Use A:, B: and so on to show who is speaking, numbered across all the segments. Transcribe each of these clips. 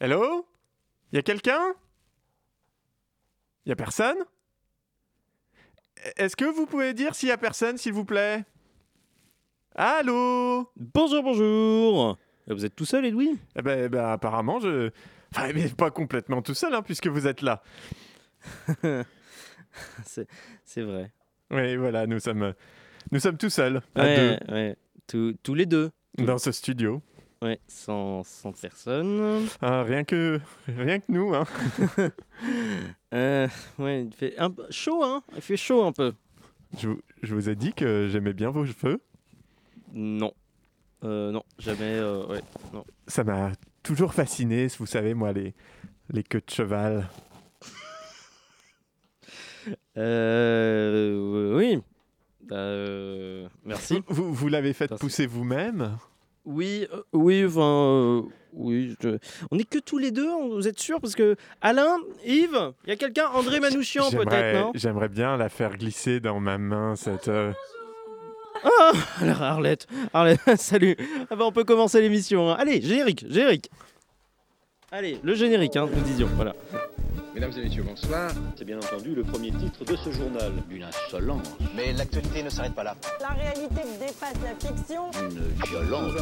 A: Hello Y a quelqu'un Y a personne Est-ce que vous pouvez dire s'il y a personne, s'il vous plaît Allô
B: Bonjour, bonjour Euh, Vous êtes tout seul, Edoui
A: eh ben, eh ben, apparemment, je. Enfin, mais pas complètement tout seul, hein, puisque vous êtes là.
B: C'est vrai.
A: Oui, voilà, nous sommes, nous sommes tout seuls, à
B: Ouais, ouais. Tous, tous les deux.
A: deux, dans ce studio.
B: Ouais, sans, sans personne.
A: Ah, rien que, rien que nous, hein.
B: Euh, ouais, il fait un peu chaud, hein Il fait chaud un peu.
A: Je, vous- je vous ai dit que j'aimais bien vos cheveux.
B: Non. Euh, non, jamais. euh, ouais.
A: Ça m'a toujours fasciné, vous savez, moi, les, les queues de cheval.
B: Euh, oui. Euh, merci.
A: Vous, vous l'avez fait
B: Merci.
A: pousser vous-même
B: Oui, euh, oui, enfin, euh, oui. je- On est que tous les deux, on- vous êtes sûr Parce que Alain, Yves, il y a quelqu'un, André Manouchian peut-être,
A: J'aimerais
B: non
A: j'aimerais bien la faire glisser dans ma main, cette... euh,
B: Ah, alors Arlette, Arlette, salut. Ah bah, on peut commencer l'émission. hein. Allez, générique, générique. Allez, le générique, hein, nous disions. Voilà.
C: Mesdames et messieurs, bonsoir.
D: C'est bien entendu le premier titre de ce journal. Une insolence,
E: Mais l'actualité ne s'arrête pas là.
F: La réalité dépasse la fiction.
D: une violence.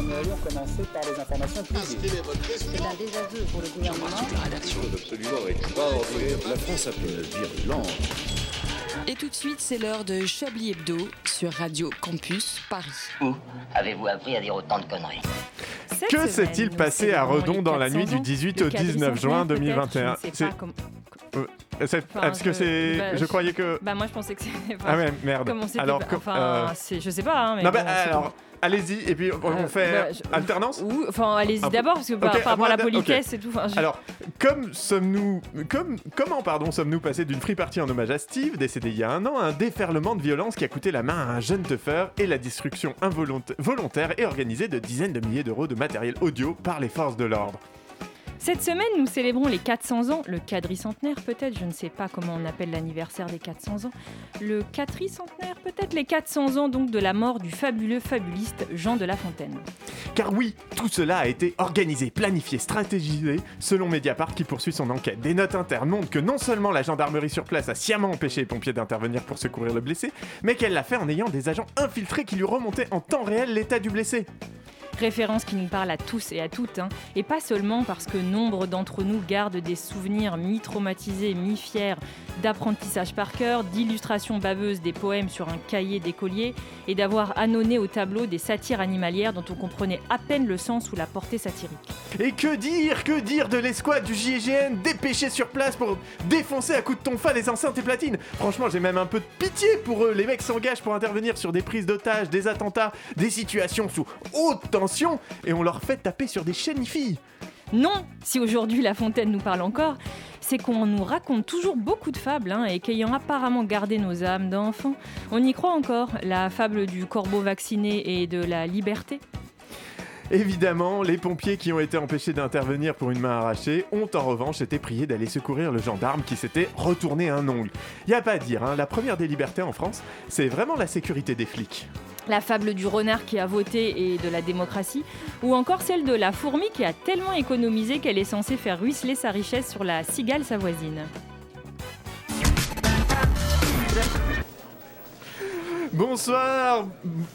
F: C'est un désaveu pour le gouvernement.
G: Et tout de suite, c'est l'heure de Chablis Hebdo sur Radio Campus Paris.
H: Avez-vous appris à dire autant de conneries
A: Que s'est-il passé à Redon dans la nuit du 18 au 19 juin 2021 C'est- c'est- ah, Parce que
I: je-
A: c'est...
I: bah,
A: Je
I: je-
A: croyais que...
I: Bah moi je pensais que c'était
A: Ah ouais, merde.
I: Comme on s'était
A: Alors,
I: pas-
A: que-
I: enfin,
A: euh,
I: c'est- je sais pas hein, mais
A: Non,
I: bon,
A: bah,
I: c'est
A: alors, allez-y, et puis on- on
I: Euh,
A: fait
I: bah, je-
A: alternance
I: bon. Ou- enfin allez-y
A: Ah,
I: d'abord parce que par,
A: ok,
I: par rapport à la
A: moi, ok.
I: politesse et tout. enfin, je-
A: Alors, comme sommes-nous, comme, comment pardon, sommes-nous passés d'une free party en hommage à Steve, décédé il y a un an, à un déferlement de violence qui a coûté la main à un jeune teufeur et la destruction involontaire volontaire et organisée de dizaines de milliers d'euros de matériel audio par les forces de l'ordre
I: Cette semaine nous célébrons les 400 ans, le quadricentenaire peut-être, je ne sais pas comment on appelle l'anniversaire des 400 ans, le quatricentenaire peut-être, les 400 ans donc de la mort du fabuleux fabuliste Jean de La Fontaine.
A: Car oui, tout cela a été organisé, planifié, stratégisé, selon Mediapart qui poursuit son enquête. Des notes internes montrent que non seulement la gendarmerie sur place a sciemment empêché les pompiers d'intervenir pour secourir le blessé, mais qu'elle l'a fait en ayant des agents infiltrés qui lui remontaient en temps réel l'état du blessé.
I: Référence qui nous parle à tous et à toutes, hein. et pas seulement parce que nombre d'entre nous gardent des souvenirs mi-traumatisés, mi-fiers d'apprentissage par cœur, d'illustrations baveuses des poèmes sur un cahier d'écolier, et d'avoir annonné au tableau des satires animalières dont on comprenait à peine le sens ou la portée satirique.
A: Et que dire, que dire de l'escouade du JGN dépêchée sur place pour défoncer à coups de tonfa les enceintes et platines Franchement, j'ai même un peu de pitié pour eux. Les mecs s'engagent pour intervenir sur des prises d'otages, des attentats, des situations sous haute tension, et on leur fait taper sur des chenilles.
I: Non, si aujourd'hui La Fontaine nous parle encore, c'est qu'on nous raconte toujours beaucoup de fables hein, et qu'ayant apparemment gardé nos âmes d'enfants, on y croit encore. La fable du corbeau vacciné et de la liberté.
A: Évidemment, les pompiers qui ont été empêchés d'intervenir pour une main arrachée ont en revanche été priés d'aller secourir le gendarme qui s'était retourné un ongle. Y a pas à dire, hein, la première des libertés en France, c'est vraiment la sécurité des flics.
I: la fable du renard qui a voté et de la démocratie, ou encore celle de la fourmi qui a tellement économisé qu'elle est censée faire ruisseler sa richesse sur la cigale sa voisine.
A: Bonsoir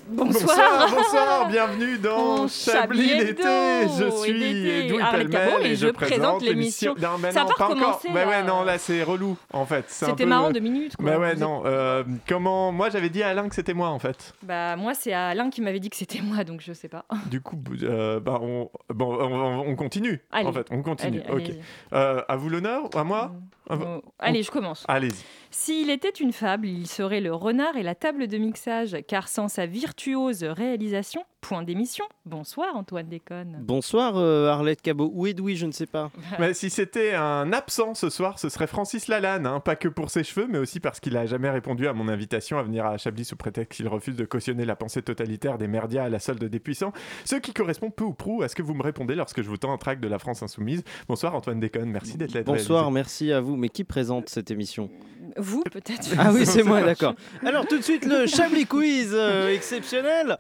I: Bonsoir.
A: Bonsoir, bonsoir, bienvenue dans
I: Oh,
A: Chablis
I: Chablis
A: d'été
I: Hebdo
A: Je
I: et
A: suis
I: d'été.
A: Edoui
I: Arlette
A: Pellemel
I: Cabot
A: et je présente l'émission. Non, mais
I: Ça a
A: non,
I: pas
A: pas encore.
I: recommencé,
A: Bah
I: là.
A: ouais, non, là c'est relou en fait. C'est un
I: C'était
A: peu-
I: marrant deux minutes. Quoi.
A: Bah ouais,
I: Vous êtes-
A: non. euh, comment Moi j'avais dit à Alain que c'était moi en fait.
I: Bah moi c'est Alain qui m'avait dit que c'était moi donc je sais pas.
A: Du coup, euh, bah on... Bon, on, on continue.
I: Allez.
A: En fait, on continue.
I: Allez,
A: ok.
I: allez-y.
A: Euh, à vous l'honneur ou à moi Ah, bah-
I: Euh, allez, je commence.
A: Allez-y.
I: S'il était une fable, il serait le renard et la table de mixage, car sans sa virtuose réalisation, point d'émission. Bonsoir Antoine Déconne.
B: Bonsoir, euh, Arlette Cabot. Où Edoui Je ne sais pas.
A: Mais si c'était un absent ce soir, ce serait Francis Lalanne, hein, pas que pour ses cheveux, mais aussi parce qu'il a jamais répondu à mon invitation à venir à Chablis sous prétexte qu'il refuse de cautionner la pensée totalitaire des merdias à la solde des puissants, ce qui correspond peu ou prou à ce que vous me répondez lorsque je vous tends un tract de la France insoumise. Bonsoir Antoine Déconne, merci d'être là.
B: Bonsoir, merci à vous. Mais qui présente cette émission
I: Vous peut-être Ah
B: Ah oui, c'est moi, d'accord. Alors tout de suite, le Chablis Quiz euh, exceptionnel.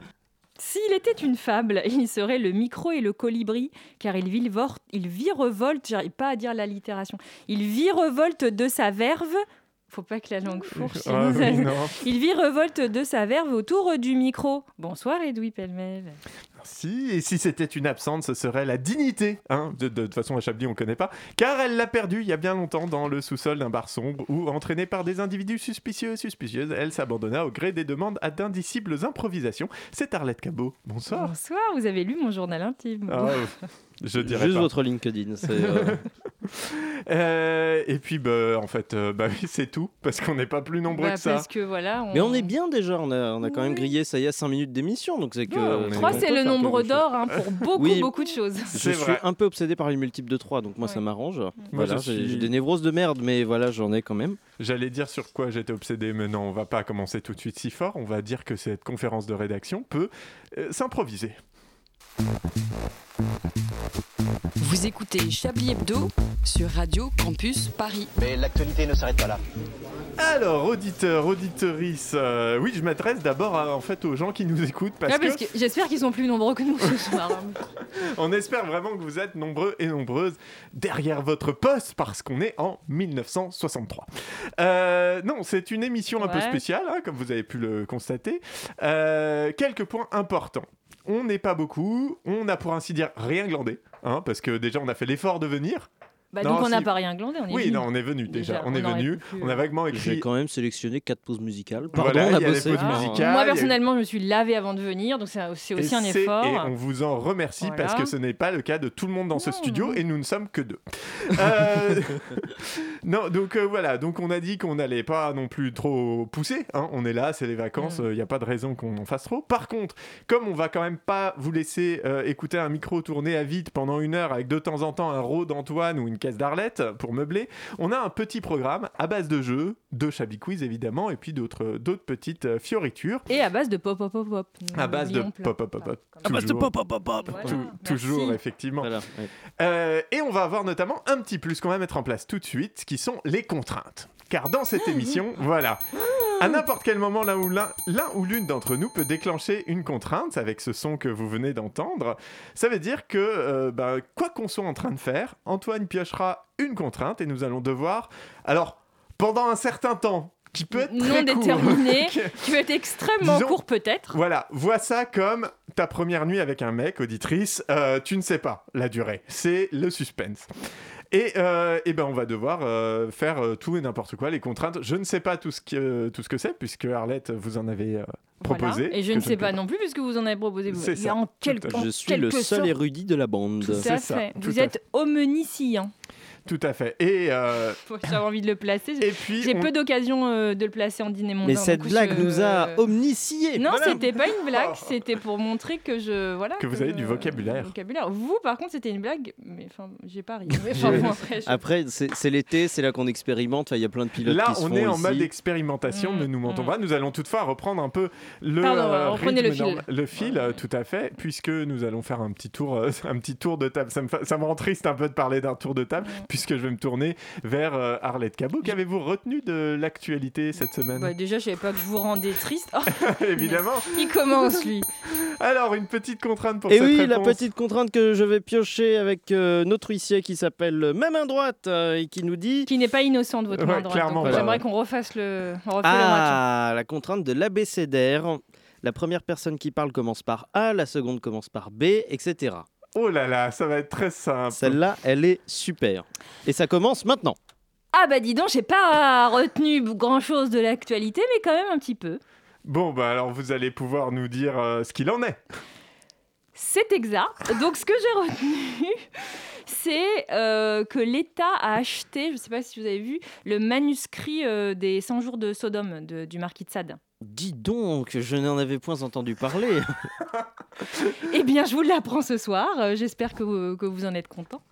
I: S'il était une fable, il serait le micro et le colibri, car il virevolte, il virevolte, j'arrive pas à dire l'allitération, il virevolte de sa verve. Faut pas que la langue fourche.
A: Ah
I: sinon ça-
A: oui, non.
I: il virevolte de sa verve autour du micro. Bonsoir Edoui Pellemel.
A: Si, et si c'était une absente, ce serait la dignité. hein. De, de- de toute façon, à Chablis, on ne connaît pas. Car elle l'a perdue il y a bien longtemps dans le sous-sol d'un bar sombre où, entraînée par des individus suspicieux et suspicieuses, elle s'abandonna au gré des demandes à d'indicibles improvisations. C'est Arlette Cabot. Bonsoir.
I: Bonsoir, vous avez lu mon journal intime.
A: Ah, euh, je dirais
B: Juste
A: pas.
B: votre LinkedIn. c'est, euh,
A: Euh, et puis, bah, en fait, euh, bah, oui, c'est tout. Parce qu'on n'est pas plus nombreux
I: Bah,
A: que ça.
I: Parce que voilà.
B: Mais on est bien déjà, on a, on a quand même
I: Oui.
B: grillé, ça y est, 5 minutes d'émission, donc c'est que.
A: Ouais, on est
I: Trois,
A: bon.
I: c'est
B: on peut
I: le
B: faire
I: nombre
B: quelque chose.
I: d'or hein, pour beaucoup,
B: Oui.
I: beaucoup de choses.
B: Je
A: C'est
B: suis
A: vrai.
B: un peu obsédé par les multiples de 3, donc moi ça
I: Ouais.
B: m'arrange. Voilà,
A: je
B: j'ai
A: suis-
B: j'ai des névroses de merde, mais voilà, j'en ai quand même.
A: J'allais dire sur quoi j'étais obsédé, mais non, on va pas commencer tout de suite si fort. On va dire que cette conférence de rédaction peut euh, s'improviser.
G: Vous écoutez Chablis Hebdo sur Radio Campus Paris.
E: Mais l'actualité ne s'arrête pas là.
A: Alors, auditeurs, auditorices, euh, oui, je m'adresse d'abord à- en fait aux gens qui nous écoutent parce,
I: Ah, parce que J'espère qu'ils sont plus nombreux que nous ce soir. hein.
A: que on espère vraiment que vous êtes nombreux et nombreuses derrière votre poste parce qu'on est en 1963. Euh, non, c'est une émission un peu
I: Ouais.
A: spéciale, hein, comme vous avez pu le constater. Euh, quelques points importants. On n'est pas beaucoup, on a pour ainsi dire rien glandé, hein, parce que déjà on a fait l'effort de venir.
I: Bah,
A: Non,
I: donc on n'a
A: si.
I: pas rien glandé. On est
A: Oui,
I: venus.
A: non, on est venu déjà,
I: Déjà,
A: on est
I: on aurait
A: venu,
I: pu,
A: on a
I: euh,
A: vaguement
B: J'ai
A: écrit
B: quand même sélectionné 4 pauses musicales. Pardon,
A: Voilà,
B: on a
A: il y a les
B: bossé.
A: pauses
B: Ah.
A: musicales.
I: Moi
A: il y a eu-
I: personnellement, je me suis lavé avant de venir, donc c'est c'est aussi
A: Et
I: un
A: c'est-
I: effort.
A: Et on vous en remercie
I: Voilà.
A: parce que ce n'est pas le cas de tout le monde dans ce
I: Non,
A: studio
I: non.
A: et nous ne sommes que deux. Euh, non, donc euh, voilà, donc on a dit qu'on n'allait pas non plus trop pousser. hein. On est là, c'est les vacances, il
I: Mm.
A: n'y a pas de raison qu'on en fasse trop. Par contre, comme on va quand même pas vous laisser euh, écouter un micro tourné à vide pendant une heure avec de temps en temps un rot d'Antoine ou une caisse d'Arlette euh, pour meubler, on a un petit programme à base de jeux, de Chablis Quiz évidemment, et puis d'autres d'autres petites euh, fioritures
I: Et à base de pop, pop, pop, pop.
A: à base de
I: N'oublions
A: pop
I: pas.
A: pop pop pop.
I: À base de
A: Toujours.
I: Voilà,
A: Tou-
I: merci.
A: toujours, effectivement.
B: Voilà, ouais.
A: Euh, et on va avoir notamment un petit plus qu'on va mettre en place tout de suite, qui sont les contraintes. Car dans cette
I: Ah.
A: émission, voilà, à n'importe quel moment, l'un ou l'un, l'un ou l'une d'entre nous peut déclencher une contrainte avec ce son que vous venez d'entendre. Ça veut dire que, euh, bah, quoi qu'on soit en train de faire, Antoine piochera une contrainte et nous allons devoir, alors, pendant un certain temps, qui peut être
I: Non
A: très court,
I: déterminé,
A: qui-
I: qui va être extrêmement
A: Disons-
I: court peut-être.
A: voilà, vois ça comme ta première nuit avec un mec, auditrice, euh, tu ne sais pas la durée, c'est le suspense. Et, euh, eh ben on va devoir euh, faire euh, tout et n'importe quoi, les contraintes. Je ne sais pas tout ce que, tout ce que c'est, puisque Arlette, vous en avez euh, proposé.
I: Voilà. Et je
A: que
I: ne sais
A: peux
I: pas non plus, puisque vous en avez proposé. vous.
A: C'est
I: Il y a
A: ça.
I: en
A: Tout à
I: quelque,
A: fait.
I: en
B: Je suis le
I: quelque
B: seul
I: sorte-
B: érudit de la bande.
I: Tout
A: C'est
I: à
A: ça,
I: fait.
A: tout
I: Vous
A: à
I: êtes omniscient.
A: Tout à fait. Et, euh,
I: Faut- J'avais envie de le placer.
A: et puis,
I: J'ai
A: on-
I: peu d'occasion euh, de le placer en dîner mondain.
B: Mais
I: donc
B: cette
I: je-
B: blague nous a omnisciés.
I: Non,
A: Voilà.
I: c'était pas une blague,
A: Oh.
I: c'était pour montrer que je voilà
A: Que vous avez
I: je-
A: du vocabulaire.
I: vocabulaire. Vous par contre, c'était une blague, mais enfin, j'ai pas ri. Mais
A: Je-
I: enfin, bon, après,
A: Ah.
I: je-
B: Après, c'est c'est l'été, c'est là qu'on expérimente. enfin, Il y a plein de pilotes
A: là,
B: qui se
A: on
B: font
A: est en
B: ici.
A: mode expérimentation,
I: Mm,
A: ne nous mentons
I: mm.
A: pas. Nous allons toutefois reprendre un peu le,
I: Pardon,
A: euh,
I: reprenez le
A: rythme
I: fil.
A: normal- le fil, euh,
I: Ouais.
A: tout à fait, puisque nous allons faire un petit tour, euh, un petit tour de table. Ça me, fa- ça me rend triste un peu de parler d'un tour de table, puisque je vais me tourner vers euh, Arlette Cabot. Qu'avez-vous retenu de l'actualité cette semaine
I: Bah, déjà, je savais pas que je vous rendais triste. Oh,
A: Évidemment.
I: il commence lui.
A: Alors, une petite contrainte pour
B: Et
A: cette
B: Eh oui, la
A: réponse.
B: petite contrainte que je vais piocher avec euh, notre huissier qui s'appelle euh, Ma main droite euh, et qui nous dit
I: Qui n'est pas innocent de votre
A: Ouais,
I: main droite.
A: clairement
I: donc,
A: pas.
I: J'aimerais qu'on refasse le, on refait le match.
B: Ah, la contrainte de l'abécédaire. La première personne qui parle commence par A, la seconde commence par B, etc.
A: Oh là là, ça va être très simple.
B: Celle-là, elle est super. Et ça commence maintenant.
I: Ah bah dis donc, j'ai pas retenu grand chose de l'actualité, mais quand même un petit peu.
A: Bon, bah alors vous allez pouvoir nous dire euh, ce qu'il en est.
I: C'est exact. Donc ce que j'ai retenu, c'est euh, que l'État a acheté, je ne sais pas si vous avez vu, le manuscrit euh, des 100 jours de Sodome de- du marquis de Sade.
B: Dis donc, je n'en avais point entendu parler.
I: Eh bien, je vous l'apprends ce soir. Euh, J'espère que, vous- que vous en êtes content.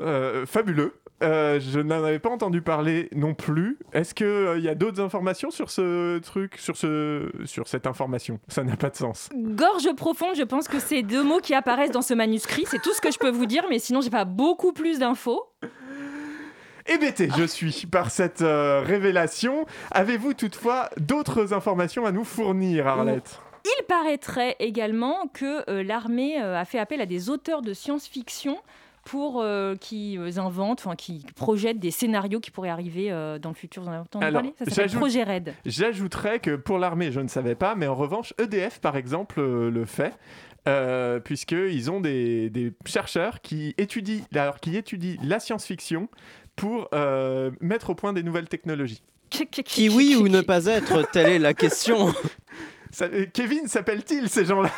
A: Euh, fabuleux. Euh, je n'en avais pas entendu parler non plus. Est-ce qu'il y a d'autres informations sur ce truc, sur, ce, sur cette information Ça n'a pas de sens.
I: Gorge profonde, je pense que c'est deux mots qui apparaissent dans ce manuscrit. C'est tout ce que je peux vous dire, mais sinon, j'ai pas beaucoup plus d'infos.
A: Hébété, je suis par cette euh, révélation. Avez-vous toutefois d'autres informations à nous fournir, Arlette
I: Il paraîtrait également que euh, l'armée euh, a fait appel à des auteurs de science-fiction pour euh, qui euh, inventent, enfin qui projettent des scénarios qui pourraient arriver euh, dans le futur. Vous en avez entendu
A: Alors,
I: parler Ça s'appelle
A: j'ajoute-
I: Projet Red.
A: J'ajouterais que pour l'armée, je ne savais pas, mais en revanche, EDF, par exemple, euh, le fait. euh, puisqu'ils ont des, des chercheurs qui étudient, alors, qui étudient la science-fiction pour euh, mettre au point des nouvelles technologies.
B: Kiwi ou ne pas être, telle est la question.
A: Ça- euh, Kevin s'appelle-t-il ces gens-là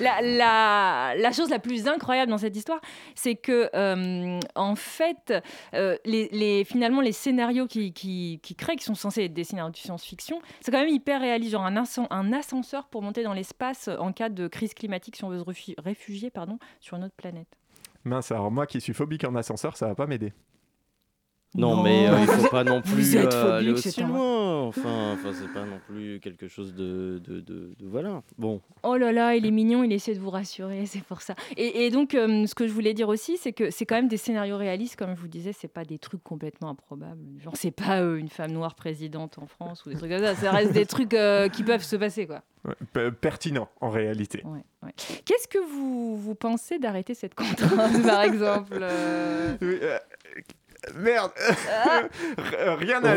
I: la, la- la chose la plus incroyable dans cette histoire, c'est que, euh, en fait, euh, les, les- finalement, les scénarios qui, qui, qui créent, qui sont censés être des scénarios de science-fiction, c'est quand même hyper réaliste. Genre un, ascen- un ascenseur pour monter dans l'espace en cas de crise climatique si on veut se refu- réfugier pardon, sur une autre planète.
A: Mince, alors moi qui suis phobique en ascenseur, ça va pas m'aider.
B: Non, mais euh, il faut pas non
I: vous
B: plus
I: êtes
B: euh, aller hein.
I: phobique,
B: aussi
I: c'est un-
B: loin. Enfin, enfin c'est pas non plus quelque chose de, de, de- de- voilà. Bon,
I: Oh là là, il est mignon, il essaie de vous rassurer, c'est pour ça. Et, et donc, euh, ce que je voulais dire aussi, c'est que c'est quand même des scénarios réalistes, comme je vous disais, c'est pas des trucs complètement improbables. Genre, c'est pas euh, une femme noire présidente en France ou des trucs comme ça. Ça reste des trucs euh, qui peuvent se passer, quoi.
A: Ouais, p- pertinent en réalité.
I: Ouais, ouais. Qu'est-ce que vous, vous pensez d'arrêter cette contrainte, par exemple euh
A: Oui, euh, euh, merde
I: Ah.
A: R- euh, Rien à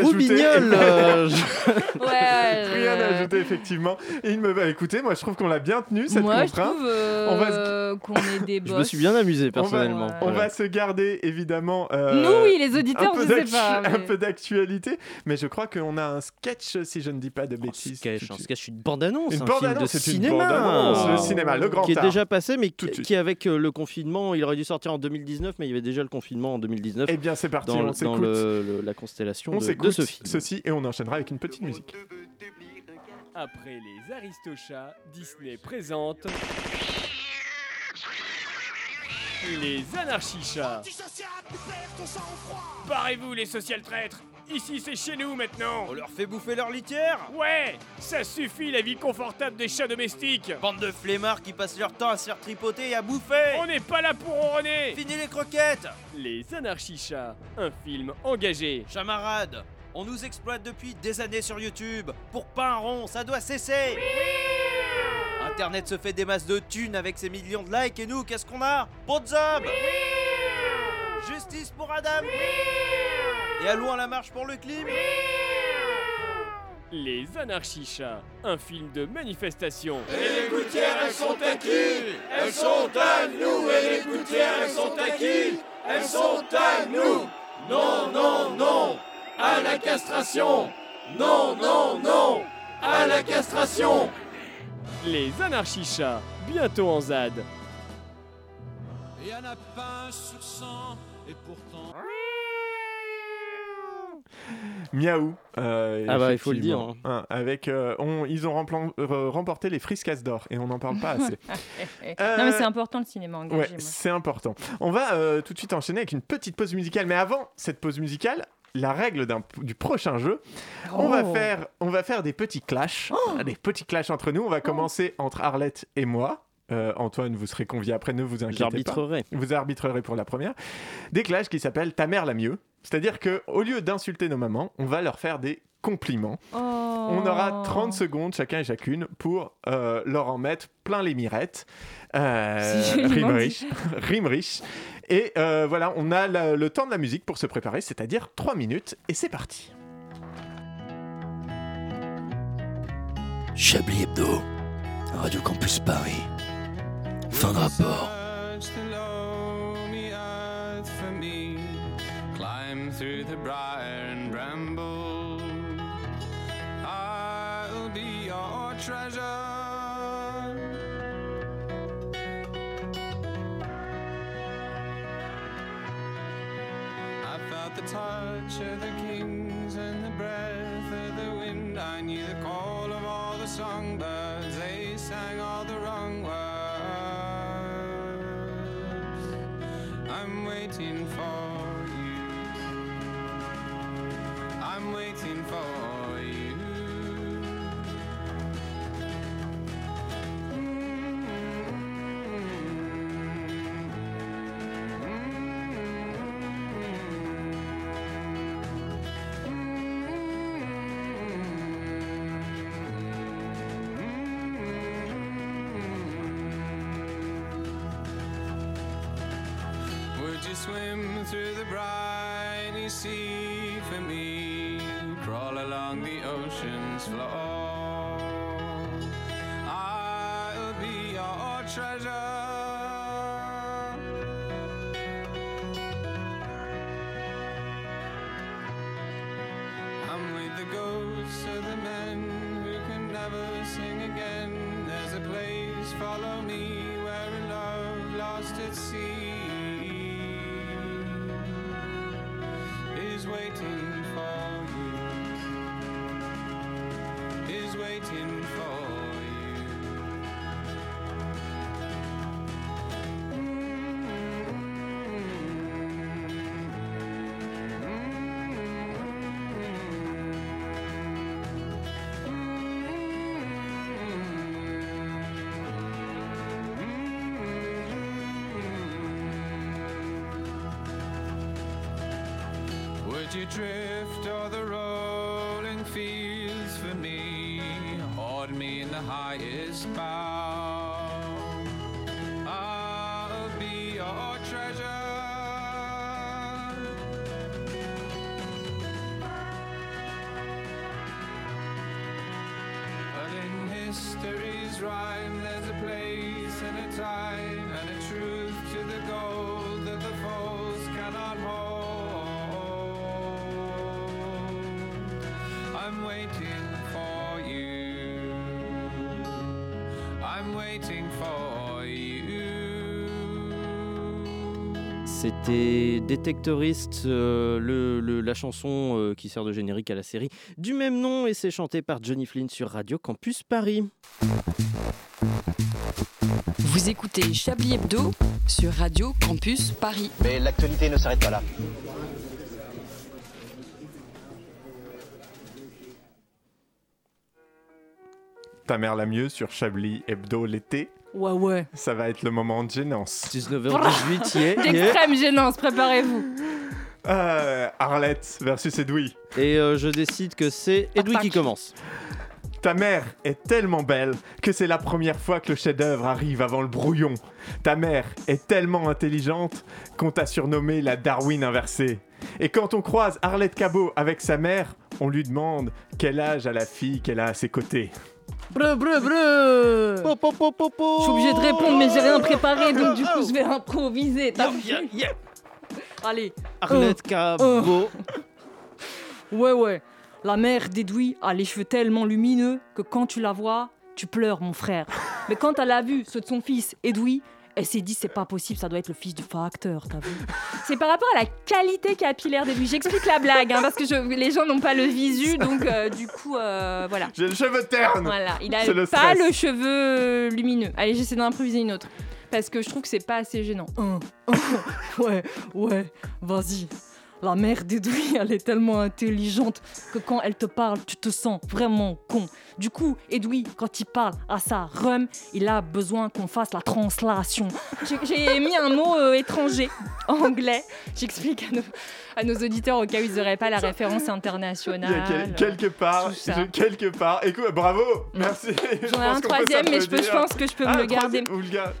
A: ajouter.
B: Roubignol. euh, je-
I: Ouais, ouais,
A: Rien à
I: euh,
A: ajouter, effectivement. Il me... bah, écoutez, moi je trouve qu'on l'a bien tenu cette
I: Moi, je
A: contrainte.
I: trouve euh,
A: On va
I: qu'on est des
B: Je
I: boss.
B: me suis bien amusé
A: va-
B: personnellement.
I: on
A: On
B: Voilà.
A: va se garder évidemment euh,
I: Nous, oui, les
A: un
I: auditeurs,
A: peu
I: je sais
A: d'actu-
I: pas.
A: un
I: mais-
A: peu d'actualité, mais je crois qu'on a un sketch, si je ne dis pas de
B: Un
A: bêtises. tout
B: sketch, un
A: de suite.
B: sketch, une bande-annonce,
A: Une
B: un film de
A: bande-annonce, c'est une
B: cinéma.
A: bande-annonce, le cinéma, le grand
B: qui est
A: art.
B: déjà passé, mais
A: Tout de
B: qui,
A: suite.
B: qui, avec euh, le confinement, il aurait dû sortir en 2019, mais il y avait déjà le confinement en 2019
A: Eh bien, c'est parti,
B: dans, le-
A: on
B: dans
A: s'écoute.
B: le- le- la constellation
A: On
B: de,
A: s'écoute
B: de ce film.
A: ceci et on enchaînera avec une petite musique.
J: Après les Aristochats, Disney présente. Les anarchichats. Parez-vous, les social traîtres Ici, c'est chez nous maintenant
D: leur fait bouffer leur litière
J: Ouais Ça suffit la vie confortable des chats domestiques
D: Bande de flemmards qui passent leur temps à se faire tripoter et à bouffer
J: On n'est pas là pour ronronner
D: Fini les croquettes
J: Les anarchichats, un film engagé.
D: Chamarade On nous exploite depuis des années sur YouTube Pour pas un rond, ça doit cesser Internet se fait des masses de thunes avec ses millions de likes et nous, qu'est-ce qu'on a Pas de job Justice pour Adam Et allons à la marche pour le clim
J: Les anarchichats, un film de manifestation.
D: les gouttières, elles sont à qui Elles sont à nous Et les gouttières, elles sont à qui Elles sont à nous Non, non, non À la castration Non, non, non À la castration
J: Les anarchichats, bientôt en ZAD.
D: Il y en a pas sur 100 et pourtant...
A: Miaou. euh,
B: Ah bah, il faut le
A: effectivement.
B: dire,
A: Hein, avec, euh, on- ils ont remplan- euh, remporté les friscasses d'or et on n'en parle pas assez. Euh,
I: Non, mais c'est important le cinéma engagé.
A: Ouais,
I: moi.
A: c'est important. On va euh, tout de suite enchaîner avec une petite pause musicale. Mais avant cette pause musicale, la règle d'un- du prochain jeu, on, va
I: Oh.
A: faire, on va faire des petits clashs. Ah, Des petits clashs entre nous. On
I: Oh.
A: va commencer entre Arlette et moi. Euh, Antoine, vous serez convié après nous, vous inquiétez pas.
B: J'arbitrerai.
A: Vous arbitrerez pour la première. Des clashs qui s'appellent Ta mère la mieux. C'est-à-dire que au lieu d'insulter nos mamans, on va leur faire des compliments.
K: Oh.
A: On
I: Oh.
A: aura 30 secondes chacun et chacune pour euh, leur en mettre plein les mirettes. Euh,
I: C'est joliment
A: rime
I: dit.
A: riche. rime riche. Et euh, voilà, on a la- le temps de la musique pour se préparer, c'est-à-dire 3 minutes, et c'est parti.
E: Chablis Hebdo, Radio Campus Paris. Fin de rapport.
J: I felt the touch of the kings and the breath of the wind. I knew the call of all the songbirds. They sang all the wrong words. I'm waiting for you. I'm waiting for you. through the briny sea for me. Crawl along the ocean's floor. I'll be your treasure. I'm with the ghosts of the men who can never sing again. There's a place, follow me, where a love lost at sea is waiting for you. Is waiting for you. Would you drift o'er the rolling fields for me? Hoard me in the highest bough. I'll be your treasure. But in history's rhyme, there's a place and a time and a truth to the gold that the foes cannot hold. I'm waiting for you. I'm waiting for you.
B: C'était Detectorist, euh, le- le- la chanson euh, qui sert de générique à la série du même nom et c'est chanté par Johnny Flynn sur Radio Campus Paris.
G: Vous écoutez Chablis Hebdo sur Radio Campus Paris.
H: Mais l'actualité ne s'arrête pas là.
A: Ta mère la mieux sur Chablis Hebdo l'été.
G: Ouais, ouais.
A: Ça va être le moment de gênance.
B: 19h18, yeah, yeah.
I: D'extrême gênance, préparez-vous.
A: Euh, Arlette versus Edoui.
B: Et euh, je décide que c'est Edoui qui commence.
A: Ta mère est tellement belle que c'est la première fois que le chef-d'œuvre arrive avant le brouillon. Ta mère est tellement intelligente qu'on t'a surnommé la Darwin inversée. Et quand on croise Arlette Cabot avec sa mère, on lui demande quel âge a la fille qu'elle a à ses côtés.
K: Breu, breu, breu
B: Po, po, po, po, po.
K: Je suis
A: Oh.
K: obligé de répondre, mais j'ai rien préparé, donc du coup, je vais improviser. T'as vu Allez. Oh.
B: Arlette Cabot.
K: Ouais, ouais. La mère d'Edoui a les cheveux tellement lumineux que quand tu la vois, tu pleures, mon frère. Mais quand elle a vu ceux de son fils, Edoui, elle s'est dit, c'est pas possible, ça doit être le fils du facteur, t'as vu
I: C'est par rapport à la qualité capillaire des lui. J'explique la blague, hein, parce que je- les gens n'ont pas le visu, donc euh, du coup, euh, voilà.
A: J'ai le cheveu terne
I: Voilà, il a
A: C'est le
I: pas
A: stress.
I: le cheveu lumineux. Allez, j'essaie d'improviser une autre. Parce que je trouve que c'est pas assez gênant.
K: Un, un, ouais, ouais, vas-y. La mère d'Edoui, elle est tellement intelligente que quand elle te parle, tu te sens vraiment con. Du coup, Edoui, quand il parle à sa rhum, il a besoin qu'on fasse la translation.
I: J'ai- J'ai mis un mot euh, étranger, anglais. J'explique à nos, à nos auditeurs au cas où ils n'auraient pas la référence
A: Il y a
I: internationale.
A: quel- quelque part,
I: tout ça. Mm.
A: je- quelque part. Écoute, bravo, merci.
I: J'en ai un troisième, mais je, peux- je pense que je
A: Ah,
I: peux me le garder.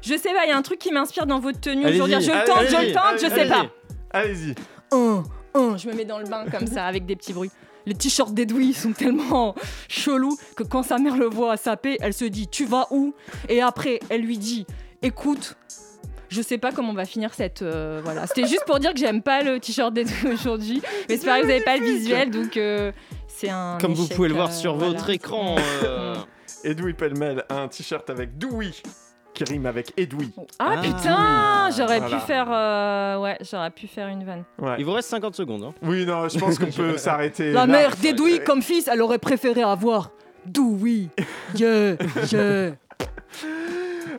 I: Je sais pas, il y a un truc qui m'inspire dans votre tenue
A: Allez-y,
I: aujourd'hui. Je tente, je
A: allez-y,
I: tente, je sais
A: allez-y.
I: pas.
A: Allez-y.
K: Un, un,
I: Je me mets dans le bain comme ça, avec des petits bruits.
K: Les t-shirts d'Edoui ils sont tellement chelous que quand sa mère le voit saper, elle se dit Tu vas où Et après, elle lui dit Écoute,
I: Je sais pas comment on va finir cette. euh, voilà. C'était juste pour dire que j'aime pas le t-shirt d'Edoui aujourd'hui. Mais c'est pareil, vous avez pas le visuel, donc euh, c'est un.
B: Comme vous
I: échec,
B: pouvez le
I: euh,
B: voir sur
I: voilà.
B: votre écran. euh,
A: Edoui Pellemel a un t-shirt avec Doui qui rime avec Edoui.
I: Ah, putain J'aurais
A: Voilà.
I: pu faire. euh, ouais, j'aurais pu faire une vanne.
A: Ouais.
B: Il vous reste 50 secondes. hein.
A: Oui, non, je pense qu'on peut s'arrêter.
K: La
A: là.
K: mère d'Edoui, comme fils, elle aurait préféré avoir Doui. Yeah, yeah.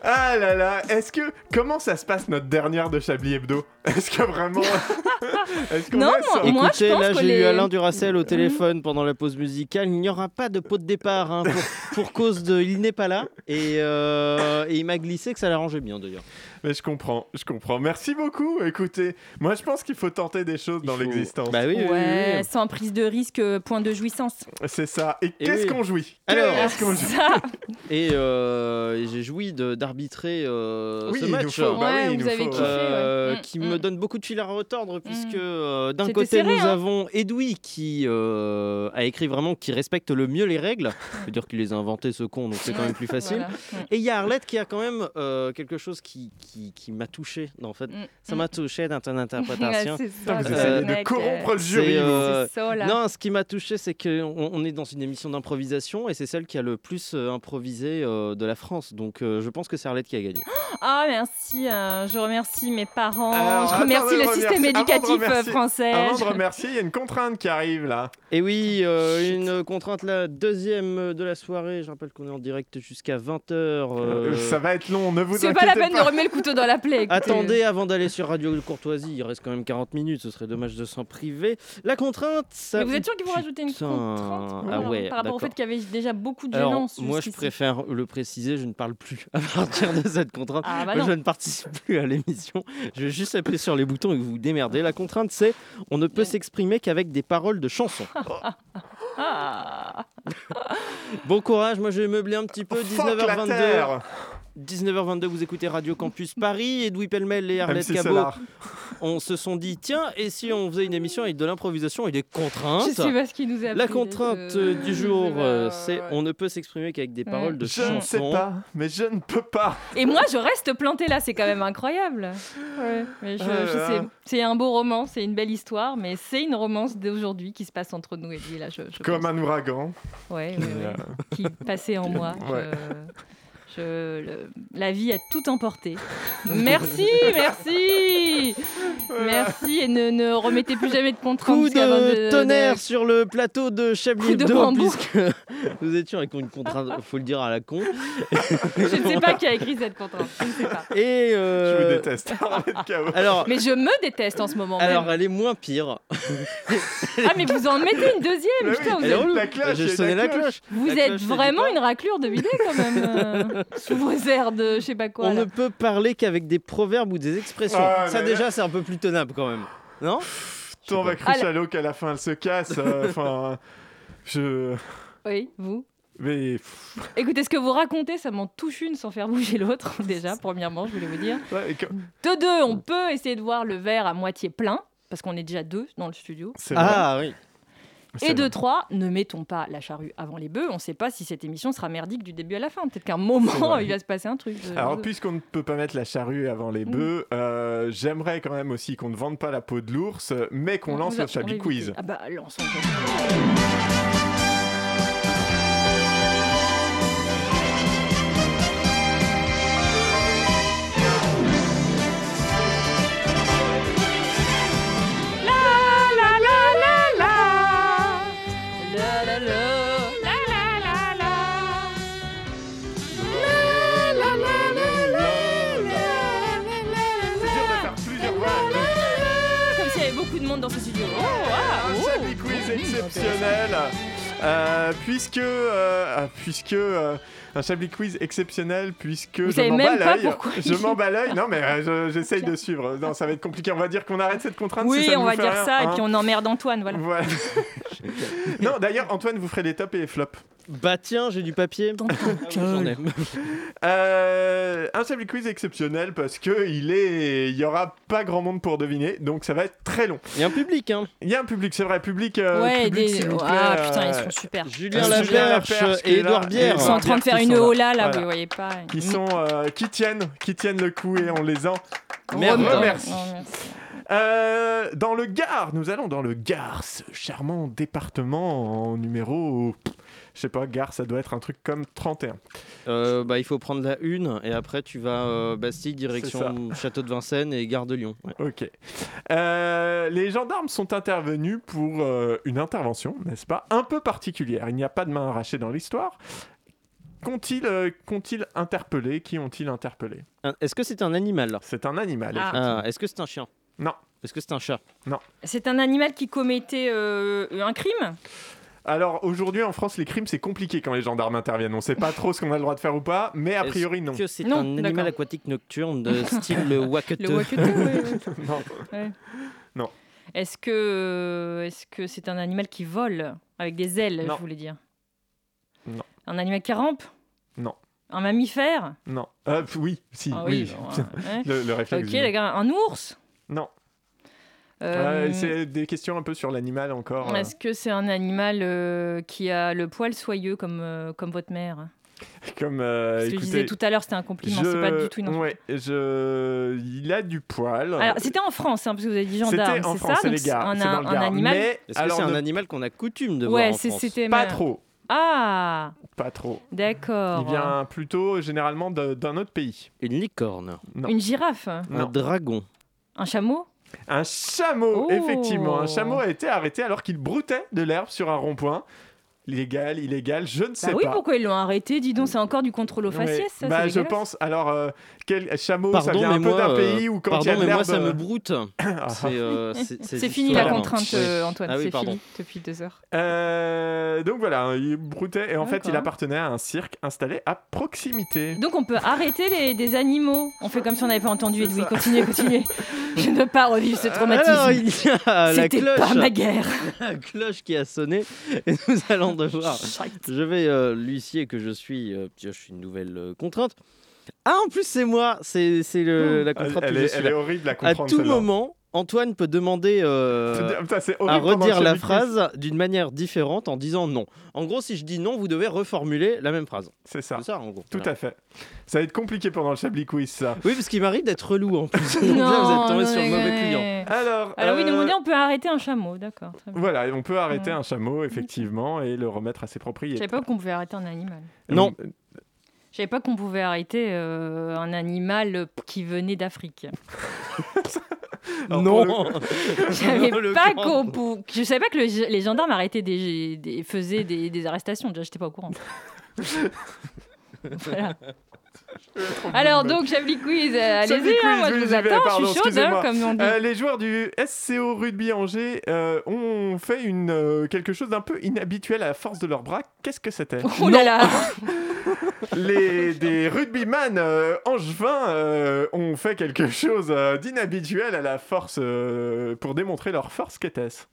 A: Ah là là, est-ce que. Comment ça se passe notre dernière de Chablis Hebdo Est-ce que vraiment. est-ce qu'on
I: Non,
A: reste sur-
I: Bah, Moi, je
B: Écoutez,
I: pense Mmh.
B: là
I: que
B: j'ai
I: les-
B: eu Alain Duracel au téléphone pendant la pause musicale. Il n'y aura pas de pot de départ hein, pour, pour cause de. Il n'est pas là. Et, euh, et il m'a glissé que ça l'arrangeait bien d'ailleurs.
A: Mais je comprends, je comprends. Merci beaucoup. Écoutez, moi je pense qu'il faut tenter des choses dans
B: faut-
A: l'existence.
B: Bah oui, oui, oui,
I: ouais,
B: oui.
I: sans prise de risque, euh, point de jouissance.
A: C'est ça. Et,
B: Et
A: qu'est-ce
B: eh oui.
A: qu'on jouit
B: Alors.
A: Qu'est-ce qu'on jouit
I: Ça,
B: Et, euh, et j'ai joui de- d'arbitrer euh,
A: Oui,
B: ce
A: il nous
B: match.
A: faut, bah
I: ouais,
A: oui, il
I: vous
B: Ah
A: nous
I: avez
A: faut.
I: hein. kiffé. ouais. Mmh.
B: euh,
I: Mm,
B: qui
I: mm.
B: me me donne beaucoup de fil à retordre puisque euh, d'un
L: C'était
B: côté
L: serré,
B: nous
L: hein.
B: avons Edoui qui euh, a écrit vraiment qui respecte le mieux les règles. Je veux dire qu'il les a inventées ce con donc c'est quand même plus facile.
L: Voilà, ouais.
B: Et il y a Arlette qui a quand même euh, quelque chose qui, qui, qui m'a touché. Non, en fait,
L: Mm,
B: ça m'a touché dans ton interprétation.
L: Ouais, c'est ça,
I: euh,
L: Putain, vous essayez de Godonek, corrompre le
B: euh, c'est,
L: jury, vous. C'est ça, là.
B: non, ce qui m'a touché, c'est qu'on on est dans une émission d'improvisation et c'est celle qui a le plus euh, improvisé euh, de la France. Donc euh, je pense que c'est Arlette qui a gagné.
I: Ah, merci. euh, je remercie mes parents.
A: Alors,
I: je
A: attends,
I: remercie
A: de
I: le
A: remercier-
I: système
A: avant de
I: éducatif euh,
A: remercier-
I: français.
A: Avant de
I: Je-
A: remercier, il y a une contrainte qui arrive là.
B: Et oui, euh, une contrainte, la deuxième euh, de la soirée. Je rappelle qu'on est en direct jusqu'à 20h.
A: Euh, ça va être long, ne vous
I: C'est pas la peine de remettre le couteau dans la plaie. écoutez.
B: Attendez, avant d'aller sur Radio Courtoisie, il reste quand même 40 minutes, ce serait dommage de s'en priver. La contrainte, ça.
I: Mais vous êtes sûr qu'ils vont rajouter une
B: Putain,
I: contrainte
B: ah ouais,
I: par rapport au
B: d'accord.
I: fait qu'il y avait déjà beaucoup de
B: Alors,
I: violence
B: moi, je
I: jusqu'ici.
B: préfère le préciser, je ne parle plus à partir de cette contrainte.
I: Ah, bah
B: Moi,
I: non.
B: je ne participe plus à l'émission. Je vais juste appuyer sur les boutons et vous vous démerdez. La contrainte, c'est on ne peut s'exprimer qu'avec des paroles de chansons.
I: Ah.
B: Bon courage, moi je vais meubler un petit peu.
A: la
B: 19h22.
A: terre.
B: 19h22, vous écoutez Radio Campus Paris. Edoui Pellemel et Arlette
A: MC
B: Cabot,
A: Solar.
B: on se sont dit tiens, et si on faisait une émission avec de l'improvisation et des contraintes
L: Je sais pas ce qui nous a
B: La
L: pris,
B: contrainte
L: euh,
B: du jour, euh, c'est on ne peut s'exprimer qu'avec des
I: Ouais.
B: paroles de
A: Je
B: chansons.
A: ne sais pas, mais je ne peux pas.
I: Et moi, je reste plantée là, c'est quand même incroyable. Ouais, mais je-
A: Ah
I: je
A: là
I: sais-
A: là.
I: C'est un beau roman, c'est une belle histoire, mais c'est une romance d'aujourd'hui qui se passe entre nous et lui. Là, je, je
A: Comme un ouragan.
I: Ouais, ouais, ouais. qui passait en moi.
A: Ouais.
I: Je- je- le- la vie a tout emporté. Merci, merci, merci et ne, ne remettez plus jamais de contraintes.
B: Coup
I: jusqu'à vingt-
B: de tonnerre sur le plateau de Chablis
I: Coup de
B: Hebdo,
I: bambou.
B: puisque nous étions avec une contrainte, faut le dire à la con.
I: Je ne sais pas qui a écrit cette contrainte. je ne sais pas.
B: Et euh,
A: Je vous déteste.
B: Alors,
I: Mais je me déteste en ce moment. même.
B: alors elle est moins pire.
I: Ah mais vous en mettez une deuxième, putain, vous
B: Elle est
I: êtes...
B: relou.
A: Ah,
B: J'ai sonné la cloche.
I: Vous
B: La
I: êtes
B: cloche, c'est
I: vraiment une raclure de bidet quand même, euh, sous réserve de je sais pas quoi.
B: on
I: là.
B: ne peut parler qu'avec des proverbes ou des expressions.
A: Ah,
B: ça
A: mais
B: déjà c'est un peu plus tenable quand même. Non
A: Putain, on va
I: Ah,
A: crucher
I: là-
A: à l'eau qu'à la fin elle se casse. euh, Enfin, je.
I: Oui, vous.
A: Mais. pff,
I: Écoutez, ce que vous racontez, ça m'en touche une sans faire bouger l'autre, déjà, premièrement, je voulais vous dire.
A: ouais, et que-
I: De deux, on peut essayer de voir le verre à moitié plein, parce qu'on est déjà deux dans le studio.
A: C'est
B: Ah oui.
I: Et de trois, ne mettons pas la charrue avant les bœufs. On ne sait pas si cette émission sera merdique du début à la fin. Peut-être qu'à un
A: C'est
I: moment,
A: vrai.
I: il va se passer un truc. euh, Je-
A: Alors,
I: je-
A: puisqu'on ne peut pas mettre la charrue avant les bœufs, euh, j'aimerais quand même aussi qu'on ne vende pas la peau de l'ours, mais qu'on lance
I: On va-
A: le Chablis
I: on va
A: Quiz.
I: éviter. Ah bah, lançons. Ah, Comme s'il y avait beaucoup de monde dans ce studio. Oh, ah,
A: Un
I: oh.
A: Chablis Quiz exceptionnel euh, puisque euh, ah, puisque euh, un Chablis Quiz exceptionnel puisque
I: Vous
A: je
I: savez
A: m'en bats
I: même pas
A: l'œil.
I: pourquoi
A: je
I: il-
A: m'en bats l'œil non mais euh, je- j'essaye de suivre non ça va être compliqué on va dire qu'on arrête cette contrainte si
I: Oui,
A: ça ne
I: on
A: vous
I: va
A: fait
I: dire
A: rien,
I: ça,
A: hein.
I: et puis on emmerde Antoine, voilà.
A: Voilà. non d'ailleurs Antoine vous ferez les tops et les flops
B: Bah tiens, j'ai du papier. Ah oui, J'en ai.
A: Euh, un Chablis Quiz exceptionnel parce que il est il y aura pas grand monde pour deviner donc ça va être très long
B: Il y a un public hein.
A: il y a un public c'est vrai public euh,
I: ouais,
A: public,
I: des-
A: s'il vous plaît,
I: ah
A: euh,
I: putain, ils sont super.
B: Julien
A: Ah, Julien
B: Laperche
A: Laperche qui
B: et
A: est là.
B: Édouard Bière.
I: Ils sont en train de faire
A: qui
I: une
A: sont là.
I: hola là,
A: Voilà.
I: vous voyez pas.
A: qui sont euh, qui tiennent qui tiennent le coup et on les en
B: Merde.
A: remercie.
I: Non, non, merci.
A: Euh, dans le Gard, nous allons dans le Gard, ce charmant département en numéro pff, je sais pas, Gard, ça doit être un truc comme 31.
B: Euh, bah, il faut prendre la une et après tu vas euh, Bastille, direction Château de Vincennes et Gare de Lyon. Ouais.
A: OK. Euh, les gendarmes sont intervenus pour euh, une intervention, n'est-ce pas, un peu particulière. Il n'y a pas de main arrachée dans l'histoire. Qu'ont-ils euh, qu'ont-ils interpellé Qui ont-ils interpellé
B: Un- Est-ce que c'est un animal
A: C'est un animal.
I: Ah.
A: effectivement.
B: Ah, Est-ce que c'est un chien
A: Non.
B: Est-ce que c'est un chat
I: C'est un animal qui commettait euh, un crime
A: Alors aujourd'hui en France, les crimes c'est compliqué quand les gendarmes interviennent. On sait pas trop ce qu'on a le droit de faire ou pas, mais a
B: Est-ce
A: priori non.
B: que c'est un
I: Non,
B: animal
I: d'accord.
B: aquatique nocturne de style le wackete
I: Le wakete, ouais,
A: Non.
I: ouais, ouais.
A: Non.
I: Est-ce que est-ce que c'est un animal qui vole avec des ailes,
A: Non.
I: je voulais dire
A: Non.
I: Un animal qui rampe
A: Non.
I: Un mammifère
A: Non. Euh, pff, oui, si.
I: Ah
A: oui.
I: oui, bon, ouais.
A: le, le réflexe.
I: Ok,
A: du-
I: les gars, un ours
A: Non.
I: Euh,
A: Ouais, c'est des questions un peu sur l'animal encore. euh.
I: Est-ce que c'est un animal euh, qui a le poil soyeux comme, euh, comme votre mère
A: Comme euh,
I: Ce que je
A: écoutez,
I: disais tout à l'heure, c'était un compliment, c'est pas du tout une insulte.
A: ouais, je... Il a du poil.
I: Alors, c'était en France, hein, parce que vous avez dit gendarme,
A: C'était en
I: c'est
A: France,
I: ça
A: c'est
I: donc
A: les Gars,
I: un,
A: c'est dans le
I: un
A: Gard.
I: animal.
A: Mais-
B: Est-ce que
A: alors,
B: c'est un
A: ne-
B: animal qu'on a coutume de
I: ouais,
B: voir en
I: c'est-
B: France
I: c'était
A: Pas
I: ma-
A: trop.
I: Ah,
A: Pas trop.
I: d'accord.
A: Il vient plutôt généralement de- d'un autre pays.
B: Une licorne.
A: Non.
I: Une girafe,
A: Non.
B: Un dragon.
I: un chameau.
A: Un chameau,
I: Oh.
A: effectivement. Un chameau a été arrêté alors qu'il broutait de l'herbe sur un rond-point. Légal, illégal, je ne sais
I: Bah oui,
A: pas.
I: pourquoi ils l'ont arrêté Dis donc, c'est encore du contrôle aux faciès,
A: Ouais.
I: ça.
A: bah,
I: c'est
A: je
I: dégueulasse.
A: pense. Alors, euh, quel chameau, ça
B: Pardon,
A: vient
B: mais
A: un peu
B: moi,
A: d'un
B: euh,
A: pays où quand il y a
B: pardon,
A: de
B: mais
A: l'herbe,
B: moi, ça me
A: euh,
B: broute. C'est euh, c'est-
I: C'est
B: c'est
I: fini
B: l'histoire.
I: la contrainte,
B: Ouais.
I: euh, Antoine.
B: Ah oui,
I: c'est
B: pardon.
I: fini depuis deux heures.
A: Euh, donc voilà, il broutait et en fait, il
I: D'accord.
A: appartenait à un cirque installé à proximité.
I: Donc on peut arrêter les, des animaux. On fait comme si on n'avait pas entendu Edoui. Continuez, continuez. Je ne veux pas revivre ce traumatisme.
B: Alors, il y a la
I: C'était
B: cloche.
I: pas ma guerre.
B: La cloche qui a sonné et nous allons devoir. Je vais, euh, l'huissier que je suis, euh, je suis une nouvelle euh, contrainte. Ah, en plus, c'est moi, c'est c'est le- la
A: Elle,
B: contrainte
A: Oh. elle
B: que je
A: est,
B: suis
A: elle
B: là.
A: est horrible à
B: À
A: comprendre.
B: tout
A: celle-là.
B: moment, Antoine peut demander euh,
A: C'est- putain, c'est
B: à
A: horrible pendant
B: redire
A: le
B: la
A: Shabby Quiz.
B: phrase d'une manière différente en disant non. En gros, si je dis non, vous devez reformuler la même phrase.
A: C'est ça.
B: C'est ça, en gros.
A: Ah. Tout à fait. Ça va être compliqué pendant le Chablis Quiz, ça.
B: Oui, parce qu'il m'arrive d'être relou en plus. Donc là, vous êtes tombé
I: non,
B: sur le
I: non,
B: mauvais
I: non,
B: client.
I: non.
A: Alors,
I: Alors oui,
A: euh,
I: demandez, on peut arrêter un chameau, d'accord. très bien.
A: Voilà, et on peut arrêter un chameau, effectivement, et le remettre à ses
I: Je savais
A: propriétaires.
I: pas qu'on pouvait arrêter un animal.
B: Non.
I: Je savais pas qu'on pouvait arrêter euh, un animal qui venait d'Afrique.
B: non.
I: Je savais pas qu'on pou- Je savais pas que le- les gendarmes arrêtaient des, des- faisaient des, des arrestations. Déjà, j'étais pas au courant. Voilà. Alors donc, Chablis Quiz, euh,
A: Chablis
I: allez-y, hein,
A: Quiz,
I: moi
A: oui,
I: je vous
A: j'y vais,
I: attends,
A: pardon,
I: je suis chaude, hein,
A: excusez-moi.
I: comme on dit.
A: Euh, les joueurs du SCO Rugby Angers euh, ont fait une, euh, quelque chose d'un peu inhabituel à la force de leurs bras. Qu'est-ce que c'était
I: Oh là là
A: les, des rugbyman euh, angevins euh, ont fait quelque chose euh, d'inhabituel à la force euh, pour démontrer leur force. Qu'était-ce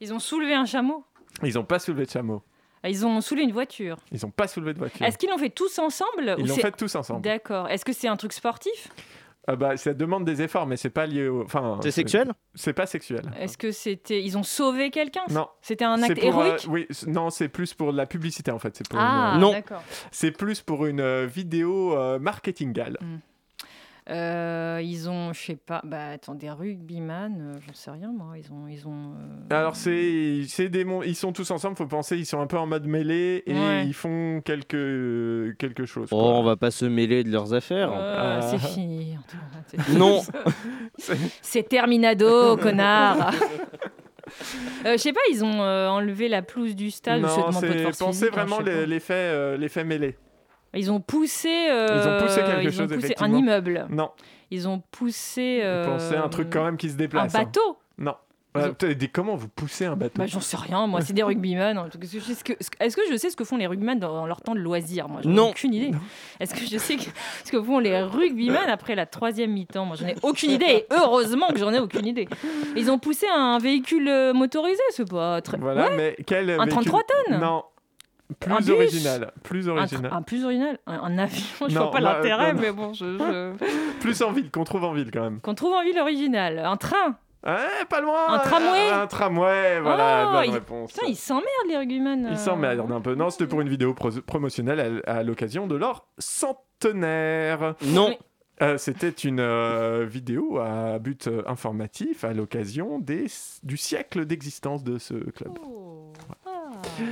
I: Ils ont soulevé un chameau.
A: Ils n'ont pas soulevé de chameau.
I: Ils ont soulevé une voiture.
A: Ils n'ont pas soulevé de voiture.
I: Est-ce qu'ils l'ont fait tous ensemble ou
A: Ils l'ont
I: c'est-
A: fait tous ensemble.
I: D'accord. Est-ce que c'est un truc sportif
A: Ah bah, ça demande des efforts, mais c'est pas lié au. Enfin,
B: C'est sexuel
A: C'est pas sexuel.
I: Est-ce que c'était ils ont sauvé quelqu'un
A: Non.
I: C'était un
A: C'est
I: acte
A: pour, euh,
I: héroïque
A: oui, c- non, c'est plus pour de la publicité en fait. C'est pour
I: Ah,
A: une, euh,
B: Non.
I: d'accord.
A: c'est plus pour une euh, vidéo euh, marketingale.
I: Euh, ils ont, je sais pas, bah attendez, rugbyman, euh, j'en sais rien moi. Ils ont, ils ont. euh,
A: Alors c'est, c'est des mon- ils sont tous ensemble. Faut penser, ils sont un peu en mode mêlée et
I: Ouais.
A: ils font quelque euh, quelque chose.
B: Oh,
A: quoi.
B: on va pas se mêler de leurs affaires.
I: euh,
A: Ah.
I: C'est fini. Antoine, hein, c'est fini.
B: Non.
I: C'est terminado, connard. Euh, je sais pas, ils ont euh, enlevé la pelouse du stade. je te
A: non,
I: demande pas de
A: c'est
I: force
A: penser
I: physique, hein,
A: vraiment
I: je sais
A: les-
I: pas.
A: l'effet euh, l'effet mêlé.
I: Ils ont poussé. euh,
A: Ils ont poussé quelque
I: ils ont
A: chose,
I: poussé un
A: effectivement.
I: immeuble.
A: Non,
I: Ils ont poussé. euh,
A: penser à un truc quand même qui se
I: Un
A: déplace. hein.
I: bateau.
A: Non.
I: Ils
A: Euh,
I: ont-
A: putain, des- comment vous poussez un bateau
I: Bah, j'en sais rien, moi, c'est des rugbyman. hein. Est-ce que, est-ce que- est-ce que je sais ce que font les rugbyman dans, dans leur temps de loisir Moi, j'en ai
B: Non.
I: aucune idée. Est-ce que je sais que- ce que font les rugbyman
A: Euh.
I: après la troisième mi-temps Moi, j'en ai aucune idée, et heureusement que j'en ai aucune idée. Ils ont poussé un véhicule euh, motorisé, ce pas très...
A: Voilà,
I: Bah, Ouais,
A: mais quel
I: Un 33 tonnes
A: Non. Plus
I: Un bus
A: original, plus
I: un, tr-
A: original.
I: un plus original, un, un avion, je
A: Non,
I: vois pas
A: bah,
I: l'intérêt,
A: non, non.
I: mais bon, je... je-
A: Plus en ville, qu'on trouve en ville quand même.
I: Qu'on trouve en ville originale, un train.
A: Eh, pas loin
I: Un tramway
A: Un tramway, voilà,
I: Oh,
A: bonne
I: il-
A: réponse.
I: Putain, ils s'emmerdent, les rugbyman. euh.
A: Ils s'emmerdent un peu. Non, c'était pour une vidéo pro- promotionnelle à, à l'occasion de leur centenaire.
B: Non.
A: Euh, c'était une euh, vidéo à but euh, informatif à l'occasion des, du siècle d'existence de ce club.
I: Oh.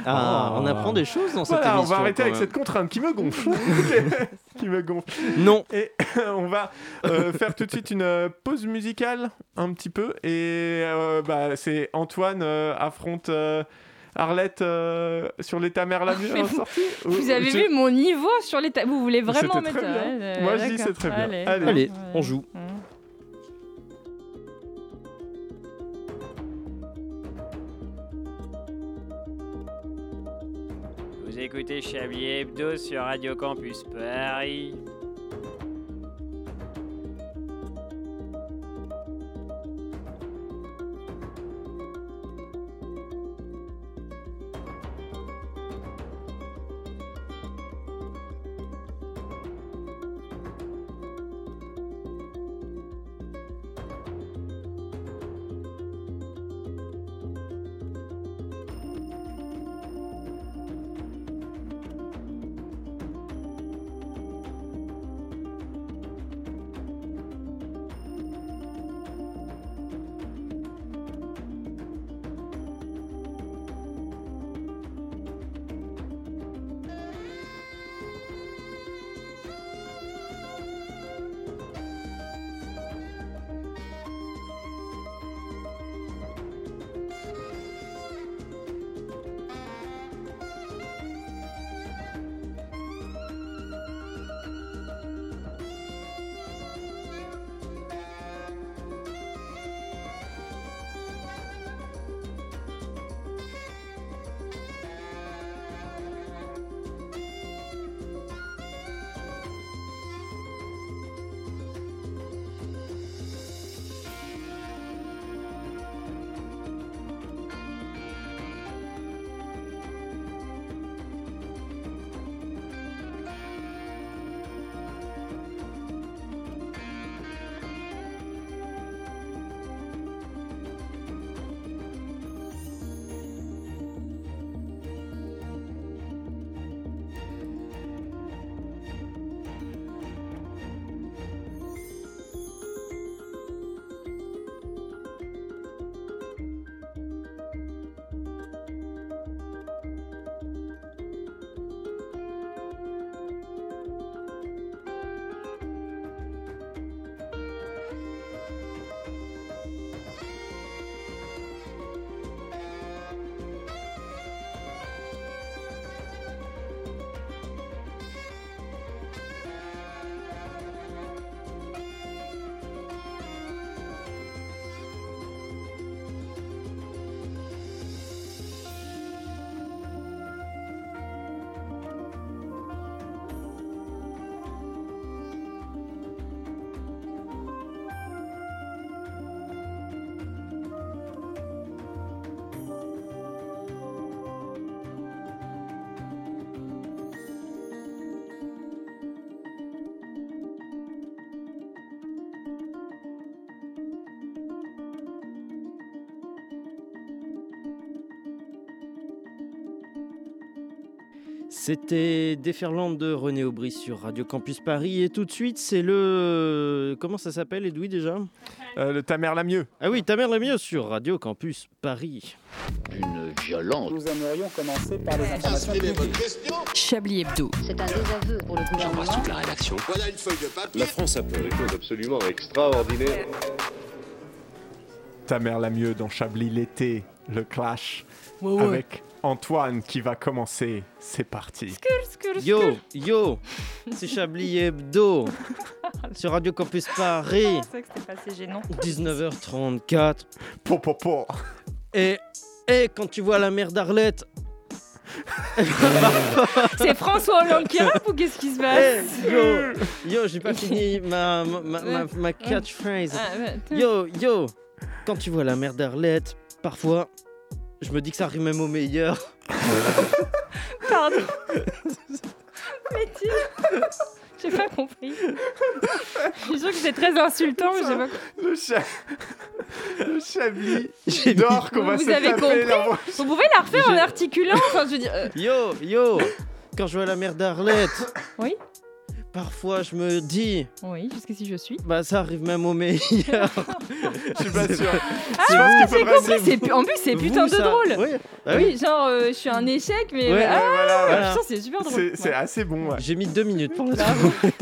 B: Ah, on apprend des choses dans cette
A: Voilà,
B: émission.
A: on va arrêter
B: quand
A: avec
B: même.
A: cette contrainte qui me gonfle. qui me gonfle.
B: Non.
A: Et on va euh, faire tout de suite une euh, pause musicale, un petit peu. Et euh, bah, c'est Antoine euh, affronte euh, Arlette euh, sur les tamers la mieux
I: Ah, Mais vous-
A: sortie. Ou-
I: Vous avez
A: je-
I: vu mon niveau sur les tables Vous voulez vraiment
A: C'était
I: mettre
A: très bien.
I: Ouais,
A: Moi, je dis
I: d'accord.
A: c'est très bien.
I: Allez,
A: Allez.
B: Allez, on joue.
M: Vous écoutez Chablis Hebdo sur Radio Campus Paris.
B: C'était Déferlante de René Aubry sur Radio Campus Paris. Et tout de suite, c'est le. Comment ça s'appelle, Edoui, déjà
A: euh, Le Ta mère la mieux.
B: Ah oui, Ta mère la mieux sur Radio Campus Paris.
E: Une violente.
F: Nous aimerions commencer par les informations
G: Chablis Hebdo.
F: C'est un désaveu pour le gouvernement.
E: la rédaction.
C: Voilà une feuille de papier.
E: La France a peur.
C: absolument extraordinaire.
A: Ta mère la mieux dans Chablis l'été, le clash.
K: Ouais, ouais.
A: Avec Antoine qui va commencer. C'est parti.
B: Yo, yo, c'est Chablis Hebdo sur Radio Campus Paris.
L: C'est vrai que c'était pas assez gênant.
B: 19h34. Et, et quand tu vois la mère d'Arlette.
I: C'est François Hollande qui rappe ou qu'est-ce qui se passe
B: Eh, yo, yo, j'ai pas fini ma, ma, ma- ma- ma catchphrase.
I: Ah, ouais.
B: Yo, yo, quand tu vois la mère d'Arlette, parfois, je me dis que ça arrive même au meilleur.
L: Pardon. Métier. J'ai pas compris. Je suis sûre que c'est très insultant, mais j'ai pas compris.
A: Le, Chablis dort qu'on va
I: vous
A: se
I: avez
A: taper
I: compris
A: la voix.
I: Vous pouvez la refaire en
B: J'ai-
I: articulant enfin, je veux dire, euh,
B: Yo, yo, quand je vois la mère d'Arlette.
I: Oui.
B: Parfois, je me dis.
I: Oui, jusqu'ici je suis.
B: Bah, ça arrive même au meilleur.
A: Je suis pas sûr.
I: Ah, j'ai compris. c'est pu- En plus, c'est
B: vous,
I: putain de
B: ça.
I: drôle.
B: Oui, bah oui.
I: oui, genre, euh, je suis un échec, mais.
B: Ouais,
I: ah,
B: ouais, voilà, voilà.
I: putain, c'est super drôle.
A: C'est c'est
I: Ouais.
A: assez bon. ouais.
B: J'ai mis deux minutes pour le
A: Ah,
I: Ok,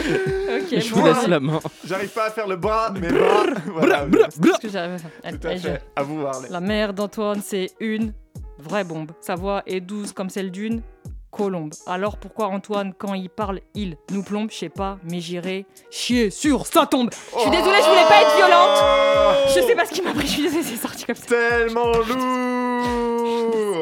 B: Je
I: bon.
B: vous laisse la main.
A: J'arrive pas à faire le bras, mais bras. Voilà.
I: Parce que j'arrive à faire. Allez,
A: Tout à
I: allez, je-
A: fait. À vous, Harley.
I: La mère d'Antoine, c'est une vraie bombe. Sa voix est douce comme celle d'une colombe. Alors pourquoi Antoine, quand il parle, il nous plombe Je sais pas, mais j'irai chier sur sa tombe. Je suis désolée, je voulais pas être violente. Je sais pas ce qui m'a pris, je suis désolée, c'est sorti comme ça.
A: Oh, Tellement lourd.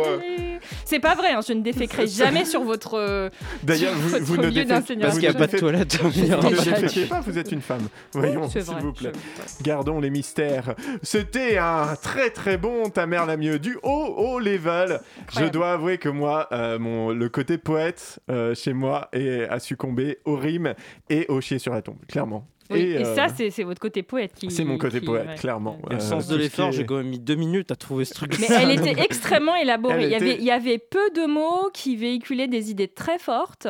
I: C'est pas vrai, hein, je ne déféquerai jamais sur votre. euh,
A: D'ailleurs, vous,
I: Votre
A: vous ne
I: lieu
A: défaites-
I: d'enseignant.
B: Parce
A: vous
B: qu'il n'y
A: ne
B: a pas de
A: défaites-
B: toilette. Euh,
A: vous ne
I: Déjà,
A: défaites
I: tu-
A: pas, vous êtes une femme. Voyons,
I: Oh, c'est
A: s'il
I: vrai,
A: vous plaît.
I: je-
A: Gardons les mystères. C'était un très très bon ta mère la mieux du haut haut level. Je dois avouer que moi, euh, mon, le côté poète euh, chez moi est, a succombé aux rimes et au chier sur la tombe, clairement.
I: Oui, Et,
A: euh,
I: ça, c'est c'est votre côté poète qui.
A: c'est mon côté
I: qui-
A: poète,
I: ouais.
A: clairement.
B: Le
A: Euh,
B: sens de
A: tout ce
B: l'effort,
A: qui est-
B: j'ai quand même mis deux minutes à trouver ce truc.
I: Mais elle était extrêmement élaborée.
A: Elle
I: Il y, avait,
A: était-
I: il y avait peu de mots qui véhiculaient des idées très fortes.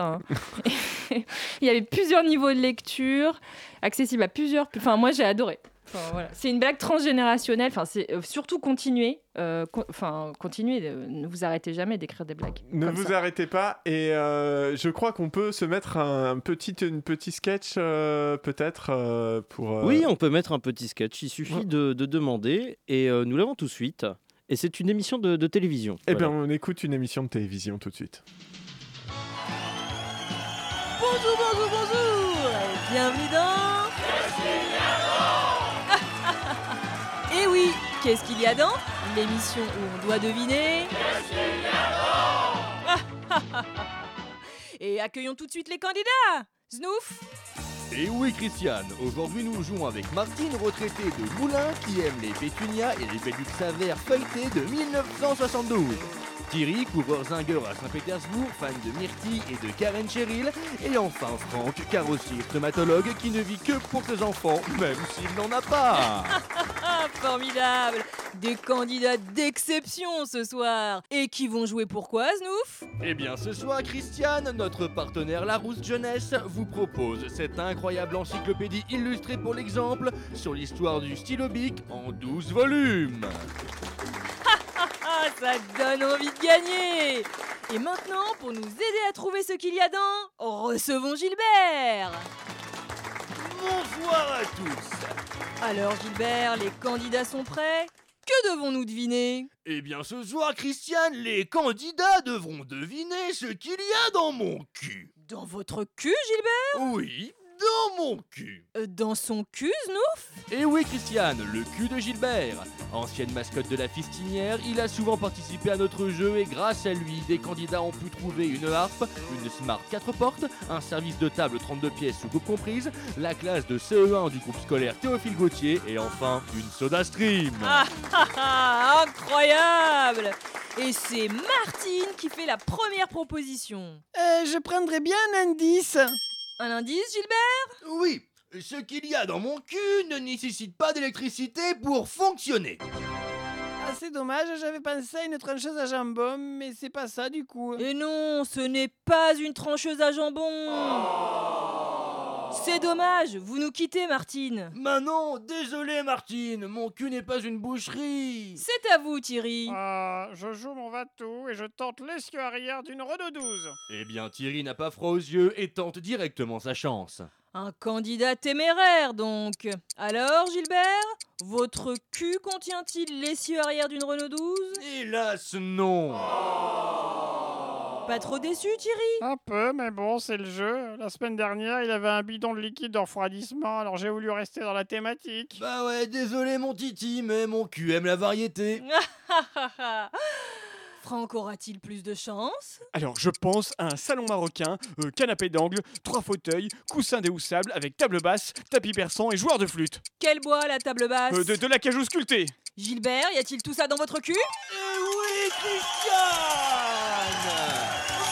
I: il y avait plusieurs niveaux de lecture, accessible à plusieurs. Enfin, moi, j'ai adoré. Enfin, voilà. C'est une blague transgénérationnelle. Enfin, c'est euh, surtout continuer. euh, con- Enfin, continuez. euh, ne vous arrêtez jamais d'écrire des blagues.
A: Ne
I: comme
A: vous
I: ça.
A: arrêtez pas et euh, je crois qu'on peut se mettre un petit, une petit sketch euh, peut-être euh, pour. euh,
B: Oui, on peut mettre un petit sketch. Il suffit de, de demander et euh, nous l'avons tout de suite. Et c'est une émission de, de télévision.
A: Eh bien,
B: Voilà.
A: on écoute une émission de télévision tout de suite.
K: Bonjour, bonjour, bonjour et Bienvenue dans... Et Eh oui, qu'est-ce qu'il y a dans L'émission où on doit deviner... Et accueillons tout de suite les candidats Snouf
N: Et oui, Christiane, aujourd'hui nous jouons avec Martine, retraitée de Moulins, qui aime les pétunias et les Bellux Savert feuilletés de 1972. Thierry, coureur zingueur à Saint-Pétersbourg, fan de Myrtille et de Karen Cheryl. Et enfin Franck, carrossier stomatologue qui ne vit que pour ses enfants, même s'il n'en a pas.
K: Ah, formidable Des candidats d'exception ce soir Et qui vont jouer pourquoi, Snouf
N: Eh bien ce soir, Christiane, notre partenaire Larousse Jeunesse, vous propose cette incroyable encyclopédie illustrée pour l'exemple sur l'histoire du stylo bic en 12 volumes.
K: Ah, ça donne envie de gagner Et maintenant, pour nous aider à trouver ce qu'il y a dans, recevons Gilbert
N: Bonsoir à tous
K: Alors Gilbert, les candidats sont prêts Que devons-nous deviner
N: Eh bien ce soir, Christiane, les candidats devront deviner ce qu'il y a dans mon cul.
K: Dans votre cul, Gilbert
N: Oui, dans mon cul.
K: Euh, Dans son cul, Snouf
N: Et Eh oui, Christiane, le cul de Gilbert. Ancienne mascotte de la fistinière, il a souvent participé à notre jeu et grâce à lui, des candidats ont pu trouver une harpe, une Smart 4 portes, un service de table 32 pièces sous coupe comprise, la classe de E CE1 du groupe scolaire Théophile Gauthier et enfin une soda stream.
K: Ah ah ah Incroyable Et c'est Martine qui fait la première proposition.
O: Euh, je prendrais bien un indice.
K: Un indice, Gilbert
N: Oui, ce qu'il y a dans mon cul ne nécessite pas d'électricité pour fonctionner.
O: Ah, c'est dommage, j'avais pensé à une trancheuse à jambon, mais c'est pas ça du coup.
P: Et non, ce n'est pas une trancheuse à jambon C'est dommage, vous nous quittez, Martine
E: Manon, désolé Martine, mon cul n'est pas une boucherie
P: C'est à vous, Thierry
Q: Ah, je joue mon vatou et je tente l'esquive arrière d'une Renault 12.
N: Eh bien, Thierry n'a pas froid aux yeux et tente directement sa chance.
P: Un candidat téméraire, donc Alors, Gilbert Votre cul contient-il l'essieu arrière d'une Renault 12
N: Hélas, non
P: Pas trop déçu, Thierry
Q: Un peu, mais bon, c'est le jeu. La semaine dernière, il avait un bidon de liquide de refroidissement, alors j'ai voulu rester dans la thématique.
E: Bah ouais, désolé mon titi, mais mon cul aime la variété
P: Franck aura-t-il plus de chance
R: Alors, je pense à un salon marocain, euh, canapé d'angle, trois fauteuils, coussin déhoussable avec table basse, tapis persan et joueur de flûte.
P: Quel bois, la table basse
R: Euh, de, de la cajou sculptée
P: Gilbert, y a-t-il tout ça dans votre cul
E: oui, Christiane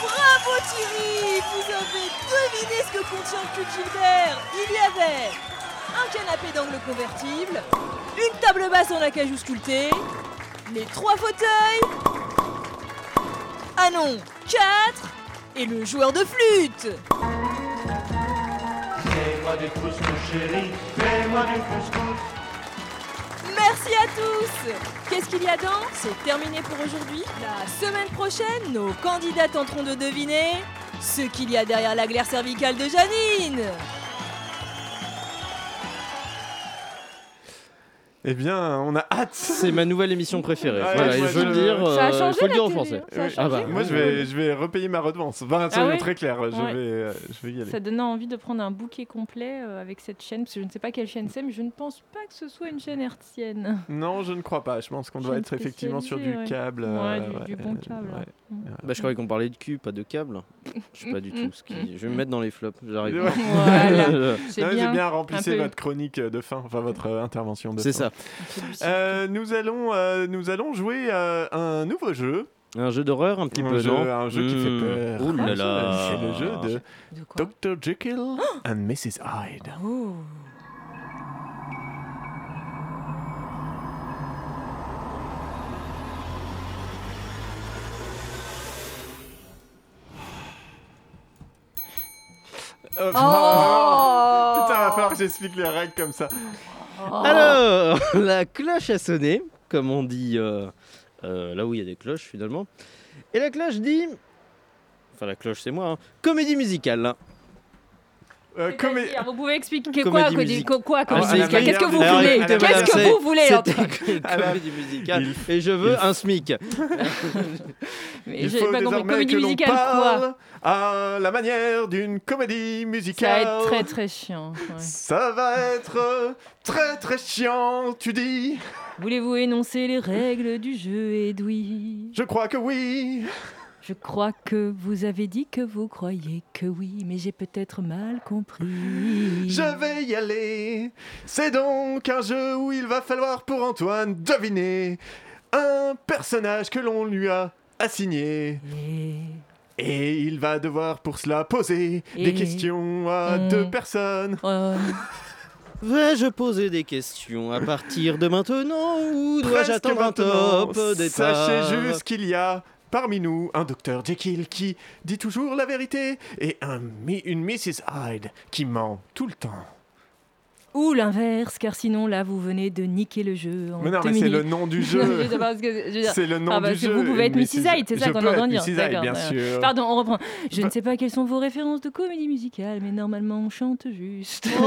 P: Bravo Thierry Vous avez deviné ce que contient le cul de Gilbert Il y avait un canapé d'angle convertible, une table basse en acajou sculpté, les trois fauteuils, ah non, quatre, et le joueur de flûte
J: Fais-moi du couscous, chérie, fais-moi du couscous.
P: Merci à tous Qu'est-ce qu'il y a dans C'est terminé pour aujourd'hui. La semaine prochaine, nos candidats tenteront de deviner ce qu'il y a derrière la glaire cervicale de Janine
A: Eh bien, on a hâte.
B: C'est ma nouvelle émission préférée.
A: Ouais,
B: voilà,
A: moi,
B: et je veux le
A: je-
B: dire,
A: Ça a
B: euh,
A: changé,
B: faut le
A: la
B: dire en
A: télé,
B: français.
A: hein, ça a
B: Ah bah,
A: Moi, je vais, je vais repayer ma redevance. Enfin, soyons
I: ouais
A: très clairs, je,
I: Ah Ouais.
A: vais, euh, je vais y aller.
I: Ça donnait envie de prendre un bouquet complet euh, avec cette chaîne, parce que je ne sais pas quelle chaîne c'est, mais je ne pense pas que ce soit une chaîne hertzienne.
A: Non, je ne crois pas. Je pense qu'on doit
I: Chaîne
A: être effectivement sur du
I: spécialisée, ouais.
A: câble.
I: Ouais,
A: euh,
I: du, du
A: ouais,
I: bon
A: euh,
I: câble.
A: ouais.
B: Bah, je croyais qu'on parlait de cul, pas de câble. Je sais pas du tout ce qui. Je vais me mettre dans les flops, j'arrive.
A: Ouais.
B: Je-
A: Non, mais J'ai bien remplissé
B: Un peu.
A: votre chronique euh, de fin, enfin votre euh, intervention de
B: C'est
A: fin.
B: ça.
A: Euh, nous, allons, euh, nous allons jouer euh, un nouveau jeu.
B: Un jeu d'horreur, un petit
A: Un
B: peu,
A: jeu,
B: non
A: un jeu qui
B: Mmh.
A: fait peur. Ah,
B: Ouh là là. Ah.
A: C'est le jeu de, Dr. Jekyll
I: Ah.
A: and Mrs. Hyde. Oh,
J: Oh.
A: Putain, va falloir que j'explique les règles comme ça.
B: Alors, la cloche a sonné, comme on dit euh, euh, là où il y a des cloches finalement. Et la cloche dit. Enfin, la cloche, c'est moi. hein. Comédie musicale. là.
A: Euh,
I: C'est-à-dire, Vous pouvez expliquer
B: Comédie
I: quoi, comédie-
B: musique-
I: co-
A: Ah,
I: quoi,
B: Alors,
I: comédie
B: à la
I: musicale Qu'est-ce que
B: manière de-
I: vous
B: Alors,
I: voulez
B: écoutez, madame,
I: Qu'est-ce que
B: c'est-
I: vous voulez
B: c'était
I: entre-
B: une comédie musicale. Et je veux un SMIC.
I: Mais
A: Il
I: j'ai
A: faut
I: pas compris
A: désormais
I: comédie
A: que l'on
I: musicale
A: parle
I: quoi
A: à la manière d'une comédie
I: Ça va
A: musicale.
I: être très très chiant. ouais.
A: Ça va être très très chiant, tu dis
I: Voulez-vous énoncer les règles du jeu, Edoui
A: Je crois que oui.
I: Je crois que vous avez dit que vous croyez que oui, mais j'ai peut-être mal compris.
A: Je vais y aller. C'est donc un jeu où il va falloir pour Antoine deviner un personnage que l'on lui a assigné. Et il va devoir pour cela poser
B: Et-
A: des questions à
B: Mm.
A: deux personnes.
I: euh,
B: Vais-je poser des questions à partir de maintenant ou dois-je
A: Presque
B: attendre un
A: maintenant.
B: top départ
A: Sachez juste qu'il y a parmi nous un docteur Jekyll qui dit toujours la vérité et un, mi- une Mrs. Hyde qui ment tout le temps.
I: Ou l'inverse, car sinon là vous venez de niquer le jeu. En
A: Mais non, mais c'est
I: deux minutes.
A: le nom du jeu.
I: Non, mais je sais pas ce que- je veux dire-
A: C'est le nom
I: Ah, bah,
A: du
I: c'est-
A: jeu,
I: Vous pouvez être
A: Mrs.
I: Mrs. Hyde, c'est ça
A: Je
I: qu'on
A: peux
I: entend
A: être
I: dire.
A: Mrs. Hyde,
I: D'accord,
A: bien
I: euh,
A: sûr.
I: Pardon, on reprend. Je
A: bah-
I: ne sais pas quelles sont vos références de comédie musicale, mais normalement on chante juste.
A: Ah,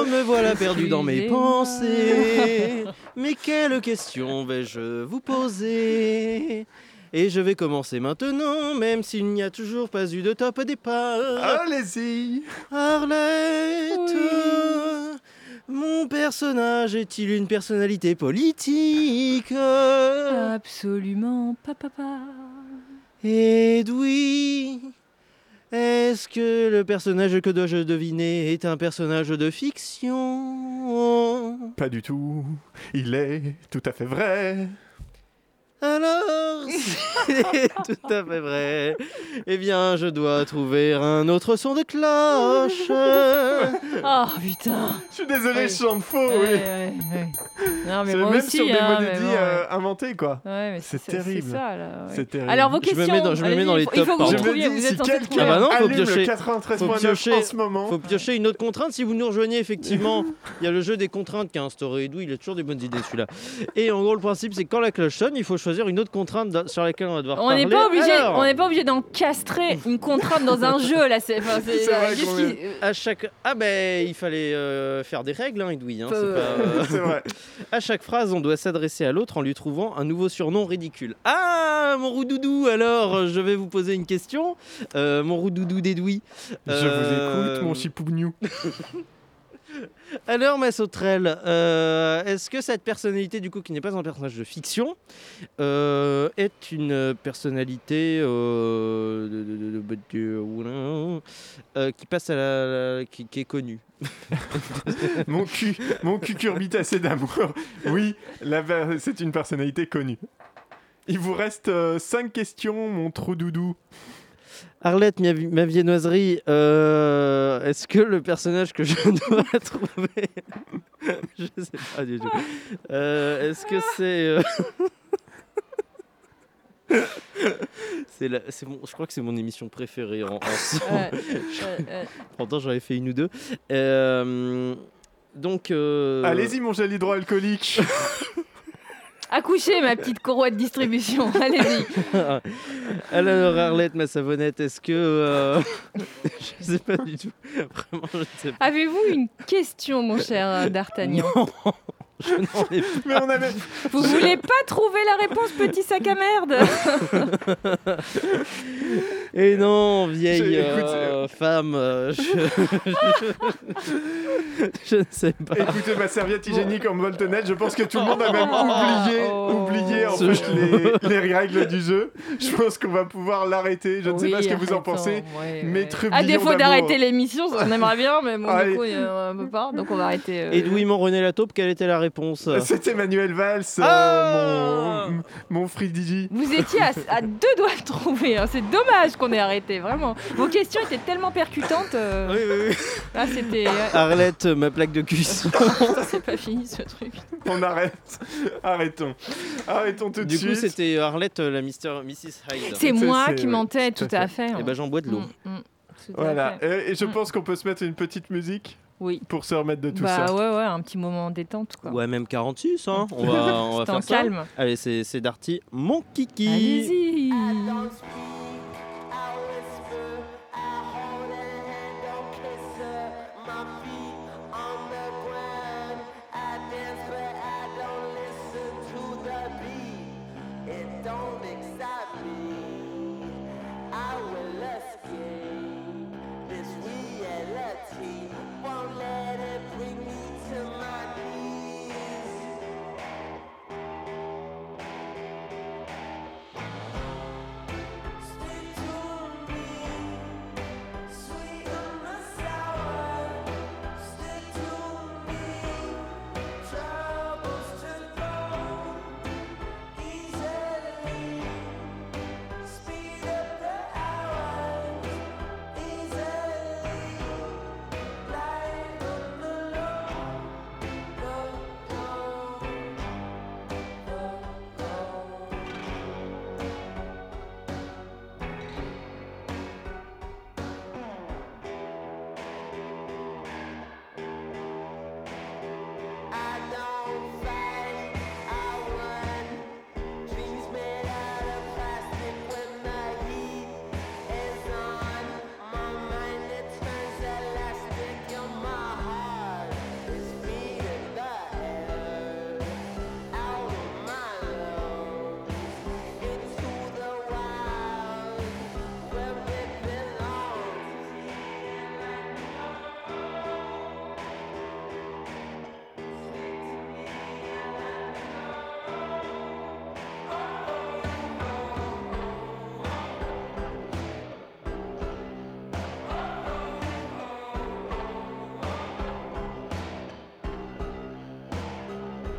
B: Oh, me voilà perdu dans mes
I: Excusez-moi.
B: pensées. Mais quelle question vais-je vous poser Et je vais commencer maintenant, même s'il n'y a toujours pas eu de top départ.
A: Ah. Allez-y
B: Arlette Mon personnage est-il une personnalité politique
I: Absolument pas, papa.
B: Edoui Est-ce que le personnage que dois-je deviner est un personnage de fiction
A: Pas du tout. Il est tout à fait vrai.
B: Alors, c'est tout à fait vrai. Eh bien, je dois trouver un autre son de cloche.
I: Oh putain.
A: Je suis désolé, je chante faux, oui.
I: Ouais, ouais, ouais. Non, mais
A: C'est
I: moi
A: même
I: aussi,
A: sur des
I: hein, mais
A: mélodies
I: bon, ouais.
A: euh, inventées, quoi.
I: Ouais, mais
A: c'est
I: c'est-
A: terrible.
I: c'est ça, là, ouais.
A: C'est terrible.
I: Alors, vos
B: Je me mets dans, je me mets dans les tops.
I: faut que vous
B: pardon.
I: trouviez, vous êtes
A: si
I: censé
A: quelqu'un
I: trouver.
B: Ah bah non, faut
A: allume le
B: piocher.
A: 93.9
B: Faut piocher.
A: en ce moment.
B: Faut piocher une autre contrainte. Si vous nous rejoignez, effectivement, il y a le jeu des contraintes qu'a instauré Edoui. Il a toujours des bonnes idées, celui-là. Et en gros, le principe, c'est que quand la cloche sonne, il faut choisir une autre contrainte da- sur laquelle on va devoir
I: On
B: parler.
I: n'est pas obligé,
B: Alors,
I: on n'est pas obligé d'encastrer une contrainte dans un jeu là. C'est enfin, c'est- euh,
B: C'est vrai
I: qu'est-ce
B: qu'on
I: qui-
B: à chaque ah ben il fallait euh, faire des règles hein, Edoui hein, c'est
I: Peu-
B: pas, euh,
A: C'est vrai.
B: à chaque phrase on doit s'adresser à l'autre en lui trouvant un nouveau surnom ridicule ah mon roudoudou alors euh, je vais vous poser une question Euh, mon roudoudou d'Edoui
A: Je vous écoute, mon chipounou.
B: alors ma sauterelle euh, est-ce que cette personnalité du coup qui n'est pas un personnage de fiction euh, est une personnalité euh, de, de- de- de- de- de- euh, qui passe à la, la- qui- qui est connue
A: mon cul, mon cucurbitacé d'amour. Oui, la ver- c'est une personnalité connue. Il vous reste 5 questions, mon trou doudou.
B: Arlette, ma, vi- ma viennoiserie, euh, est-ce que le personnage que je dois trouver. je sais pas du tout. Euh, est-ce que c'est. euh, c'est la- c'est mon- je crois que c'est mon émission préférée en, en son.
I: Ouais,
B: Je-
I: ouais, ouais.
B: Pourtant, j'en avais fait une ou deux. Euh, donc. euh,
A: Allez-y, mon gel hydroalcoolique.
I: Accouchez ma petite courroie de distribution. Allez-y.
B: ah. Alors Arlette, ma savonnette, est-ce que... euh, je sais pas du tout. Vraiment, je ne sais pas.
I: Avez-vous une question, mon cher euh, D'Artagnan
B: Je n'en ai pas.
A: Mais on avait...
I: Vous voulez pas trouver la réponse, petit sac à merde
B: Et Eh non, vieille
I: J'ai- écoute,
B: euh, femme, euh, je... je- je ne sais pas.
A: Écoutez ma serviette hygiénique en moltenette, je pense que tout le monde a même oublié, oublié en
B: Oh. Ce-
A: fait les, les règles du jeu. Je pense qu'on va pouvoir l'arrêter. Je ne sais
I: Oui,
A: pas ce que vous en
I: arrêtons,
A: pensez, mais trublions
I: À défaut
A: d'amour.
I: d'arrêter l'émission, on aimerait bien, mais bon,
A: Allez.
I: du coup, il y en a un peu pas, donc on va arrêter. euh,
B: Edoui Montrené la taupe, quelle était la réponse
A: C'était Manuel Valls, euh,
B: Ah.
A: mon, mon Digi.
I: Vous étiez à, à deux doigts de trouver, hein. c'est dommage qu'on ait arrêté, vraiment. Vos questions étaient tellement percutantes. euh, Ah, c'était. ouais,
B: Arlette, euh, ma plaque de cuisson.
I: c'est pas fini ce truc.
A: On arrête. Arrêtons. Arrêtons tout de
B: du coup,
A: suite.
B: c'était euh, Arlette, la Mister, Mrs. Hyde.
I: C'est moi qui mentais, tout à fait.
B: Eh ben, j'en bois de l'eau.
I: Mm, tout à
A: Voilà.
I: fait. Mm.
A: Et, et je pense qu'on peut se mettre une petite musique
I: Oui.
A: pour se remettre de tout
I: bah
A: ça.
I: ouais, ouais, un petit moment détente quoi.
B: Ouais, même 46, hein. On va, on va
I: C'est en
B: faire ça.
I: calme.
B: Allez, c'est c'est Darty, mon kiki.
I: Allez-y.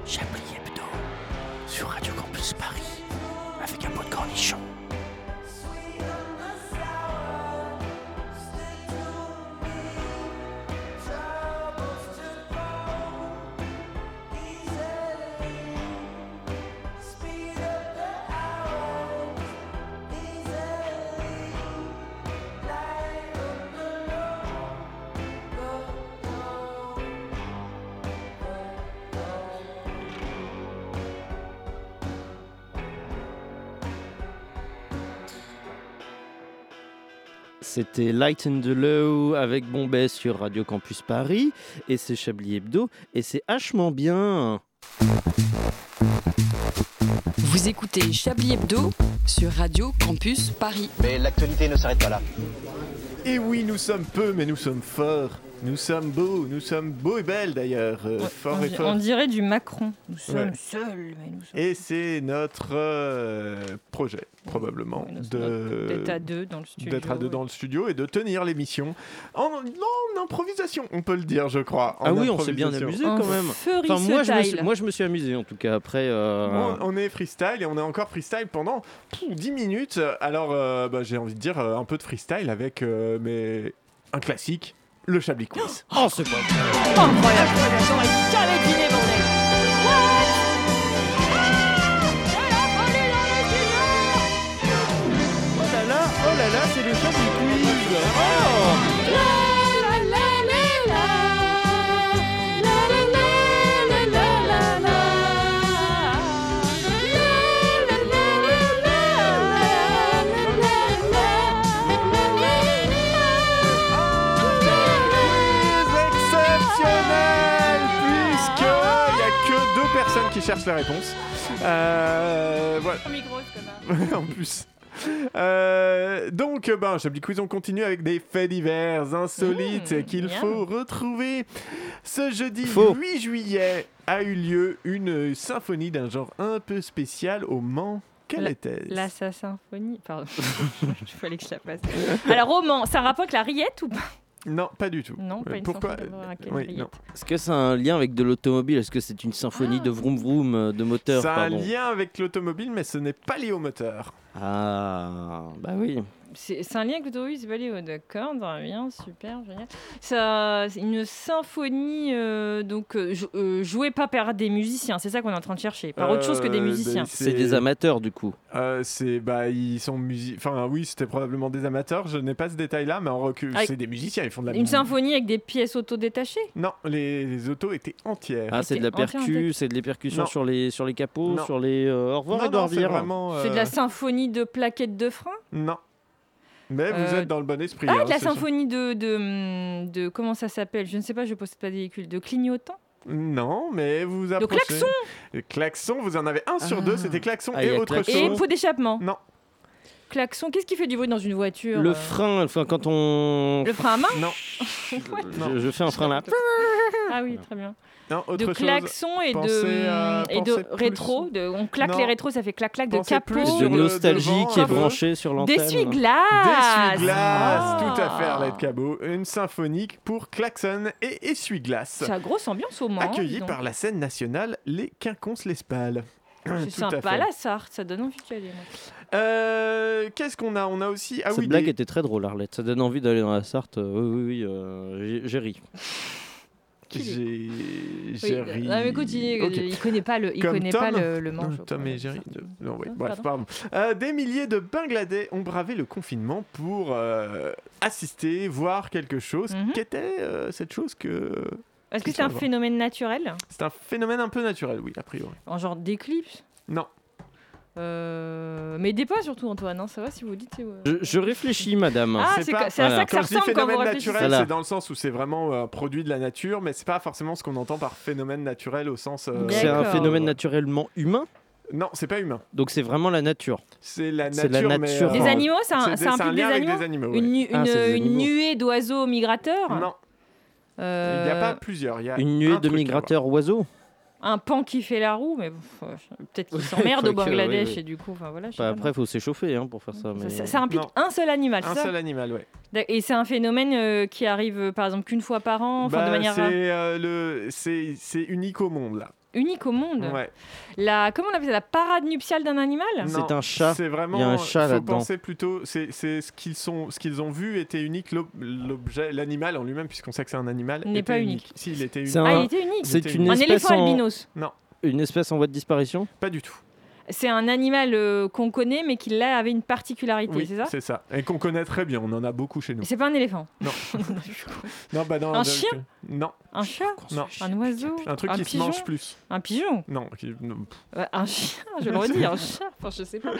E: Chablis Hebdo sur Radio Campus Paris. avec un pot de cornichon.
B: C'était Light and the Low avec Bombay sur Radio Campus Paris. Et c'est Chablis Hebdo. Et c'est hachement bien.
G: Vous écoutez Chablis Hebdo sur Radio Campus Paris. Mais l'actualité ne s'arrête pas là.
A: Et oui, nous sommes peu, mais nous sommes forts. Nous sommes beaux, nous sommes beaux et belles d'ailleurs. euh, forts
I: on,
A: et
I: di-
A: forts.
I: on dirait du Macron. Nous sommes
A: Ouais.
I: seuls, mais nous sommes
A: Et c'est notre euh, projet, probablement, de-
I: d'être à deux dans le studio.
A: d'être à deux dans le studio et de tenir l'émission en, en improvisation, on peut le dire, je crois. en
B: ah oui, on s'est bien amusé
A: improvisation.
B: quand même. Enfin, moi, je me suis, moi, je me suis amusé en tout cas. Après, euh,
A: On, on est freestyle et on est encore freestyle pendant pff, 10 minutes. Alors, euh, bah, j'ai envie de dire euh, un peu de freestyle avec euh, mais un classique, le Chablis Quiz.
B: Oh, c'est pas
P: Incroyable, j'aurais jamais deviné, bordel.
B: Oh là là, oh là là, c'est le chant du quiz. Oh
A: exceptionnel puisqu'il n'y a que deux personnes qui cherchent la réponse. Euh, voilà. Ouais, en plus. Euh, donc, euh, ben, Chablis Quiz, on continue avec des faits divers insolites
I: Mmh,
A: qu'il
R: miam.
A: faut retrouver. Ce jeudi
R: Faux.
A: 8 juillet a eu lieu une euh, symphonie d'un genre un peu spécial au Mans. Quelle
I: La-
A: était-ce
I: La sa symphonie. Pardon, il fallait que je la passe. Alors, Roman, ça a un rapport avec la rillette ou pas
A: Non, pas du tout.
I: Non, pas une
A: Euh, Pourquoi
I: symphonie d'avoir un quai de
A: Oui,
I: rillettes.
A: non.
B: Est-ce que ça a un lien avec de l'automobile Est-ce que c'est une symphonie de vroom vroom euh, de moteur
A: Ça a un
B: pardon.
A: lien avec l'automobile, mais ce n'est pas lié au moteur.
B: Ah, bah oui.
I: C'est c'est un lien avec l'automobile, c'est pas lié. au- D'accord, très bien, super, génial. Ça, c'est une symphonie euh, donc euh, jou- euh, jouée pas par des musiciens, c'est ça qu'on est en train de chercher, par autre chose que des
A: Euh,
I: musiciens.
A: bah,
B: C'est des amateurs du coup. Ah,
A: Euh, c'est bah ils sont musiques. Enfin oui, c'était probablement des amateurs. Je n'ai pas ce détail-là, mais en recul,
I: Avec-
A: c'est des musiciens. Ils font de la
I: Une
A: musique.
I: symphonie avec des pièces autodétachées
A: Non, les, les autos étaient entières.
B: Ah, c'est de la
I: Entière,
B: percu,
I: entière.
B: c'est de les percussions
A: Non.
B: sur les sur les capots,
A: Non.
B: sur les euh, au revoir
A: Non,
B: Edouard
A: non, c'est
B: Villard.
A: vraiment, euh,
I: C'est de la symphonie de plaquettes de frein
A: Non. Mais vous
I: Euh,
A: êtes dans le bon esprit.
I: Ah,
A: hein,
I: de la
A: ce soir.
I: symphonie de, de, hum, de- Comment ça s'appelle Je ne sais pas, je ne possède pas de véhicule. De clignotant
A: Non, mais vous vous approchez.
I: klaxon
A: Le klaxon, vous en avez un sur deux, c'était klaxon
B: Ah, il y
A: et
B: a
A: autre
B: klaxon.
I: Et
A: chose.
I: pot d'échappement
A: Non.
I: Klaxon, qu'est-ce qui fait du bruit dans une voiture
B: Le
I: euh
B: frein, enfin quand on
I: Le frein à main
A: Non.
I: Ouais.
B: Je, je fais un frein là.
I: Ah oui, très bien.
A: Non, autre
I: de
A: chose.
I: klaxon et
A: Pensez
I: de, hum,
A: à-
I: et de
A: pensez plus.
I: rétro. de- on claque
A: Non.
I: les rétros, ça fait clac-clac de
A: Pensez
I: capot.
A: plus sur
B: de
A: le
B: nostalgie
A: devant,
B: qui est
A: un peu.
B: branchée sur l'antenne.
I: D'essuie-glace
A: Essuie-glace,
I: Ah.
A: tout à fait, Arlette Cabot. Une symphonique pour klaxon et essuie-glace.
I: C'est la grosse ambiance au Mans. hein, dis
A: Accueillie
I: donc.
A: par la scène nationale Les Quinconces l'Espal.
I: Ah, C'est sympa la Sarthe, ça donne envie d'y aller. moi.
A: Euh, Qu'est-ce qu'on a On a aussi. Ah
B: Cette
A: oui,
B: blague
A: des-
B: était très drôle, Arlette. Ça donne envie d'aller dans la Sarthe. Euh, Oui, oui, oui. euh, j'ai- j'ai ri.
A: J'ai
I: Oui,
A: j'ai
I: euh,
A: ri.
I: non, mais continue,
A: Ok.
I: il connaît pas le, il
A: Comme
I: connaît
A: Tom.
I: pas le, le Mans,
A: Non,
I: je crois.
A: Tom et Jerry. de- non, oui,
I: Ah,
A: bref, pardon. Euh, des milliers de Bangladais ont bravé le confinement pour euh, assister, voir quelque chose.
I: Mhm.
A: Qu'était euh, cette chose que.
I: Est-ce que
A: qu'ils
I: c'est un
A: sont-
I: phénomène naturel
A: C'est un phénomène un peu naturel, oui, a priori.
I: En genre d'éclipse
A: Non.
I: Euh, Mais des pas surtout, Antoine, hein, ça va si vous dites. c'est-
B: Je, je réfléchis, madame.
I: Ah, c'est
A: pas-
I: que- c'est à ça que ça
A: Quand je dis
I: ressemble quand vous
A: phénomène
I: réfléchissez.
A: naturel,
B: Voilà.
A: c'est dans le sens où c'est vraiment euh, un produit de la nature, mais c'est pas forcément ce qu'on entend par phénomène naturel au sens. euh,
B: Donc, C'est un phénomène naturellement humain.
A: Non, c'est pas humain.
B: Donc c'est vraiment la nature.
A: C'est la
B: C'est
A: nature.
B: la
A: mais, euh,
B: nature.
I: Des
B: Enfin,
I: animaux, ça,
A: c'est des-
I: ça
A: c'est un
I: implique
A: lien
I: des
A: avec
I: animaux,
A: des animaux,
I: Une,
A: ouais.
I: nu-
B: Ah,
I: une- euh,
B: c'est des
I: une
B: animaux.
I: nuée d'oiseaux migrateurs
A: Non, il
I: Euh,
A: n'y a pas plusieurs. il Y a
B: Une nuée
A: Ah, un
B: de
A: truc à
B: migrateurs oiseaux. Bah,
I: Un pan qui fait la roue, mais bon, faut- peut-être qu'il
B: Oui,
I: s'emmerde au
B: faut que- oui,
I: Bangladesh
B: oui.
I: et du coup, enfin voilà. je sais
B: Bah,
I: pas,
B: après, il faut s'échauffer hein, pour faire ça.
I: non.
B: mais-
I: ça, ça implique un seul animal,
A: Un
I: c'est ça
A: seul animal, ouais.
I: D'ac- Et c'est un phénomène euh, qui arrive, euh, par exemple, qu'une fois par an, enfin
A: Bah,
I: de manière.
A: c'est euh, le, c'est c'est unique au monde là.
I: unique au monde.
A: Ouais.
I: La, comment on appelle ça La parade nuptiale d'un animal
A: Non,
B: un chat.
A: C'est vraiment.
B: Il y a un chat
A: faut
B: là-dedans.
A: penser plutôt. C'est c'est ce qu'ils sont, ce qu'ils ont vu était unique. l'ob- L'objet, l'animal en lui-même, puisqu'on sait que c'est un animal.
I: N'est
A: était
I: pas unique.
A: Si, il était unique.
B: C'est
I: Ah,
B: un-
A: Il était
B: C'est une
I: Un
B: espèce
I: éléphant
B: en-
I: albinos.
A: Non.
B: Une espèce en voie de disparition
A: Pas du tout.
I: C'est un animal euh, qu'on connaît, mais qui là avait une particularité,
A: Oui,
I: c'est ça
A: c'est ça. Et qu'on connaît très bien. On en a beaucoup chez nous.
I: C'est pas un éléphant.
A: Non. non, bah non.
I: Un
A: de-
I: chien
A: que- Non.
I: Un chat
A: Non.
I: Un oiseau
A: Un truc qui se
I: pigeon
A: mange plus.
I: Un pigeon
A: Non. qui- non, pff.
I: Euh, Un chien, je
A: Ah,
I: le redis, un chat. Enfin, je sais pas.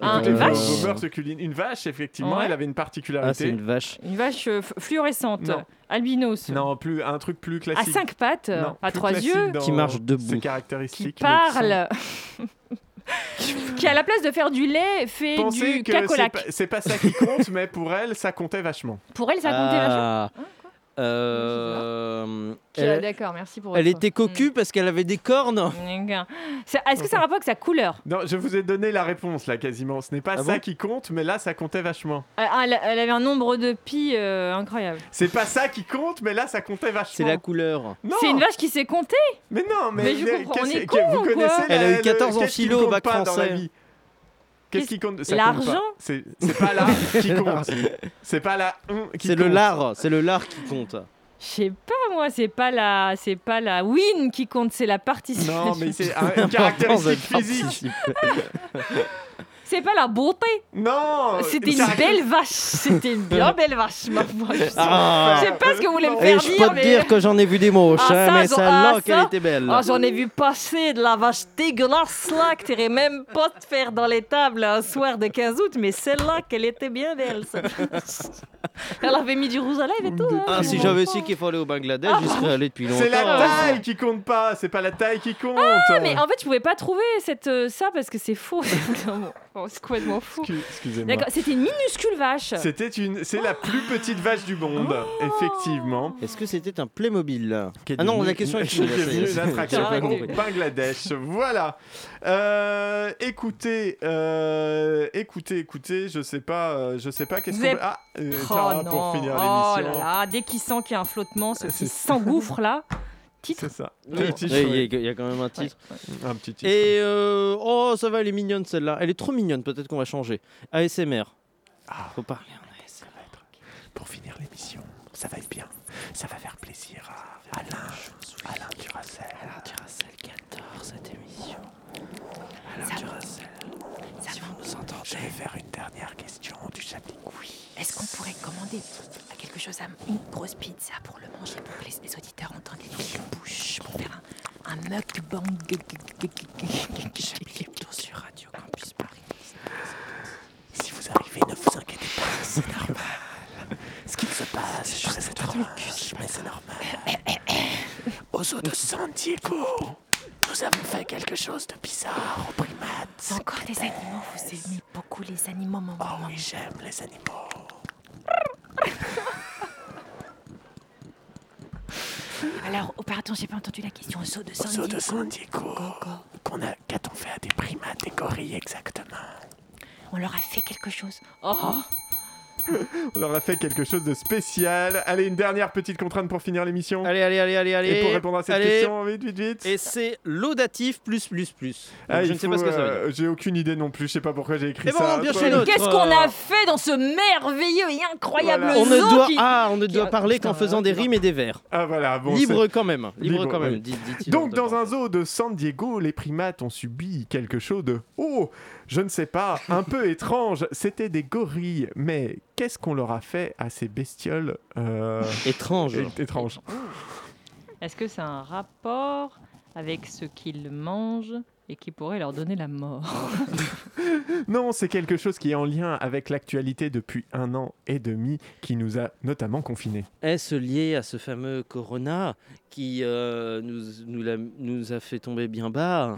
I: Un-
A: Écoutez,
I: une
A: vos-
I: vache
A: vos mœurs se culinent. Une vache, effectivement,
I: Ouais.
A: elle avait une particularité.
B: Ah, c'est une vache.
I: Une vache euh, f- fluorescente,
A: Non.
I: albinos,
A: Non, plus un truc plus
I: à
A: classique.
I: cinq pattes, euh,
A: Non,
I: à
A: plus
I: trois
A: classique
I: yeux,
A: dans
B: Qui marche debout.
A: Ses caractéristiques. mais qui sont-
I: parle, qui à la place de faire du lait fait
A: Pensez
I: du
A: que c'est
I: cacolac.
A: pas, c'est pas ça qui compte, mais pour elle, ça comptait vachement.
I: Pour elle, ça comptait vachement.
B: Ah. Euh,
I: Ok,
B: elle,
I: D'accord, merci pour.
B: elle
I: votre-
B: était cocue
I: Mm.
B: parce qu'elle avait des cornes.
I: D'accord. Ça- Est-ce que ça a rapport avec sa couleur
A: Non, je vous ai donné la réponse là quasiment. Ce n'est pas
B: Ah
A: ça qui compte, mais là, ça comptait vachement.
I: Euh, ah, elle, elle avait un nombre de pis euh, incroyable.
A: C'est pas ça qui compte, mais là, ça comptait vachement.
B: C'est la couleur.
A: Non.
I: C'est une vache qui s'est comptée
A: Mais non, mais,
I: Mais je comprends, on
A: qu'est-ce-
I: est
A: que-
I: cons
A: vous
I: ou quoi
A: connaissez la-
B: Elle a eu
A: le-
B: 14 en
A: qu'est-ce qui
B: philo au
A: compte
B: bac
A: pas dans
B: français. hein.
A: la vie Qu'est-ce qui compte ça compte pas.
I: L'argent
A: C'est c'est pas là qui compte. C'est pas la hum qui
B: C'est le
A: compte.
B: lard, c'est le lard qui compte.
I: Je sais pas moi, c'est pas la, c'est pas la win qui compte, c'est la participation.
A: Non, mais c'est un- une caractéristique
B: L'importance de
A: physique.
I: C'est pas la beauté.
A: Non.
B: Euh,
I: C'était
A: une
I: une
A: caract-
I: belle vache. C'était une bien belle vache. ma foi. Je sais
B: Ah.
I: je sais pas ce que vous voulez me
B: Et
I: faire
B: je peux te
I: mais-
B: dire que j'en ai vu des moches,
I: Ah,
B: hein,
I: ça,
B: mais
I: j'en-
B: celle-là,
I: ah,
B: qu'elle
I: ça.
B: était belle.
I: Ah, j'en ai vu passer de la vache dégueulasse là que t'irais même pas te faire dans les tables un soir de 15 août, mais celle-là qu'elle était bien belle. ça. Elle avait mis du rouge à lèvres et tout. hein.
B: Ah, si j'avais su qu'il fallait au Bangladesh, j'y serais allé depuis longtemps.
A: C'est la taille qui compte pas. C'est pas la taille qui compte.
I: Ah, mais en fait, je pouvais pas trouver cette, euh, ça parce que c'est faux. Non, bon, bon, c'est complètement fou.
A: Excu- Excusez-moi.
I: D'accord, c'était une minuscule vache.
A: C'était une, c'est la plus petite vache du monde,
I: Oh.
A: effectivement.
B: Est-ce que c'était un Playmobil
A: qui est
B: Ah non,
A: devenue-
B: la question est
A: qui est devenue une attraction au
B: finie.
A: Bangladesh. Voilà. Euh, écoutez, euh, écoutez, écoutez, je sais pas, euh, je sais pas qu'est-ce
I: Vous
A: qu'on
I: avez-
A: peut- Ah, euh,
I: Oh
A: Tara, pour
I: non.
A: finir
I: Oh
A: l'émission.
I: là là, dès qu'il sent qu'il y a un flottement, ce
A: C'est
I: qui
A: ça.
I: s'engouffre là.
A: C'est ça.
B: Oui,
A: Le titre,
B: Il y a- il y a quand même un titre.
A: Un petit titre.
B: Et euh, oh, ça va, elle est mignonne celle-là. Elle est trop mignonne, peut-être qu'on va changer. ASMR.
A: Ah.
B: Faut parler en ASMR.
A: Pour finir l'émission, ça va être bien. Ça va faire plaisir à Alain, Alain Duracell. Alain Duracell qui adore cette émission. Alain Duracell. Si vous nous entendez, je vais faire une dernière question du chapitre.
K: Est-ce qu'on pourrait commander quelque chose à une grosse pizza pour le manger, pour que les, les auditeurs entendent les bruits de bouche, pour faire un, un mukbang sur Radio Campus Paris.
A: Si vous arrivez, ne vous inquiétez pas, c'est normal. Ce qui se passe, je sais pas mais c'est normal. Aux eaux de San Diego, nous avons fait quelque chose de bizarre au primate.
K: Encore des animaux, vous aimez beaucoup les animaux, maman.
A: Oh oui, j'aime les animaux.
K: Alors, oh, pardon, j'ai pas entendu la question. Au zoo de San
A: Aux eaux
K: Diego.
A: de San Diego, qu'on a- qu'a-t-on fait à des primates, des gorilles exactement
K: On leur a fait quelque chose.
I: Oh.
A: On leur a fait quelque chose de spécial. Allez, une dernière petite contrainte pour finir l'émission.
B: Allez, allez, allez, allez, allez.
A: Et pour répondre à cette
B: Allez.
A: question, vite, vite, vite.
B: Et c'est laudatif plus plus plus. Donc,
A: Ah,
B: je
A: il
B: ne sais
A: faut,
B: pas ce que ça veut dire.
A: euh, J'ai aucune idée non plus, je sais pas pourquoi j'ai écrit
B: Eh ben,
A: ça.
B: on en pioche
A: Toi,
B: une autre.
I: Qu'est-ce qu'on a fait dans ce merveilleux et incroyable
B: On ne
I: zoo
B: doit,
I: qui-
B: ah, on ne
I: qui-
B: doit parler qu'en faisant des rimes et des vers.
A: Ah voilà, bon.
B: libre
A: c'est-
B: quand même, libre,
A: Libre,
B: quand même.
A: oui.
B: dit- dit-il en
A: Donc
B: deux
A: dans un zoo de San Diego, les primates ont subi quelque chose de oh, je ne sais pas, un peu étrange. C'était des gorilles, mais qu'est-ce qu'on leur a fait à ces bestioles euh,
B: Étrange.
A: é- étranges
I: Est-ce que c'est un rapport avec ce qu'ils mangent et qui pourrait leur donner la mort
A: Non, c'est quelque chose qui est en lien avec l'actualité depuis un an et demi, qui nous a notamment confinés.
B: Est-ce lié à ce fameux corona qui euh, nous, nous, l'a- nous a fait tomber bien bas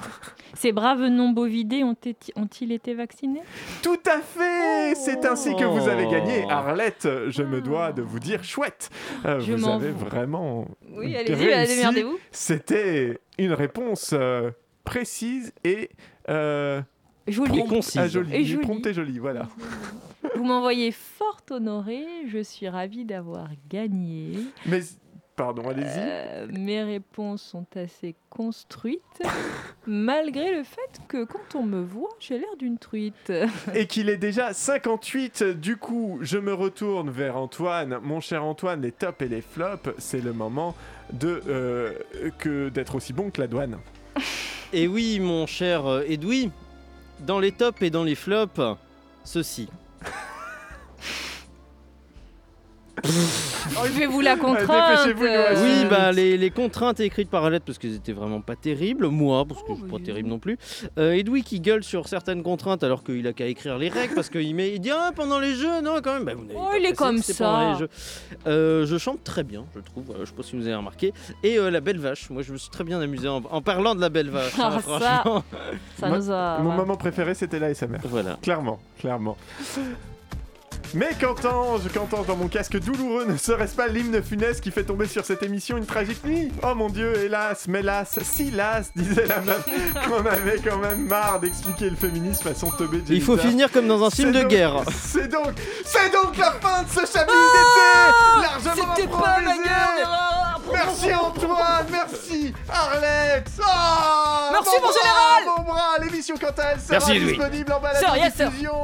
I: Ces braves non-bovidés ont été- ont-ils été vaccinés
A: Tout à fait C'est ainsi que vous avez gagné, Arlette. Je me dois de vous dire chouette. Euh,
I: Je
A: vous
I: m'en
A: avez
I: vais.
A: vraiment.
I: Oui, allez-y,
A: réussi.
I: allez, démerdez-vous.
A: C'était une réponse euh, précise et. euh,
I: Jolie.
A: prompte-
I: Et concise.
A: ah, jolie.
I: Et jolie.
A: Prompte et jolie, voilà.
I: Vous m'envoyez fort honoré, je suis ravie d'avoir gagné.
A: Mais Pardon, allez-y.
I: Euh, mes réponses sont assez construites, malgré le fait que quand on me voit, j'ai l'air d'une truite.
A: Et qu'il est déjà 58. Du coup, je me retourne vers Antoine. Mon cher Antoine, les tops et les flops, c'est le moment de euh, que d'être aussi bon que la douane.
B: Et oui, mon cher euh, Edoui, dans les tops et dans les flops, ceci.
I: Enlevez-vous la contrainte. euh,
B: Oui, bah, les, les contraintes écrites par Alette, parce qu'elles étaient vraiment pas terribles. Moi, parce que je suis
I: Oh,
B: pas terrible non plus. Euh, Edoui qui gueule sur certaines contraintes alors qu'il a qu'à écrire les règles, parce qu'il met, il dit Ah, pendant les jeux, non, quand même. Bah, vous n'avez
I: Oh,
B: pas
I: il est
B: passé,
I: comme
B: c'est pendant les
I: ça.
B: jeux. Euh, je chante très bien, je trouve. Euh, je sais pas si vous avez remarqué. Et euh, la belle vache. Moi, je me suis très bien amusé en, en parlant de la belle vache. hein,
I: Ah, ça,
B: franchement.
I: ça
A: Moi,
I: nous a-
A: Mon
I: ouais.
A: moment préféré, c'était la SMR.
B: Voilà.
A: Clairement, clairement. Mais qu'entends-je, qu'entends-je dans mon casque douloureux Ne serait-ce pas l'hymne funeste qui fait tomber sur cette émission une tragique nuit Oh mon dieu, hélas, mais hélas, si las, disait la meuf qu'on avait quand même marre d'expliquer le féminisme à son teubé de
B: Il faut
A: Jennifer.
B: finir comme dans un film
A: C'est
B: de
A: donc-
B: guerre.
A: C'est donc, c'est donc la fin de ce chapitre
J: Ah,
A: d'été largement
J: c'était pas ma
A: improvisé.
J: gueule,
A: Merci Antoine, merci Arlette. Ah,
J: Merci,
A: mon
J: mon
A: bras,
J: général.
A: Mon bras, l'émission quant à elle sera
J: Merci, Edoui.
A: disponible en balade
J: Sir, yes, sir.
A: diffusion.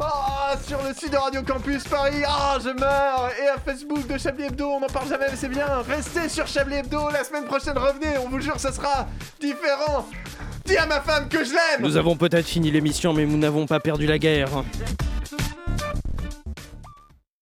A: Ah, sur le site de Radio Campus Paris. Ah, je meurs. Et à Facebook de Chablis Hebdo, on n'en parle jamais, mais c'est bien. Restez sur Chablis Hebdo. La semaine prochaine, revenez. On vous jure, ça sera différent. Dis à ma femme que je l'aime.
B: Nous avons peut-être fini l'émission, mais nous n'avons pas perdu la guerre.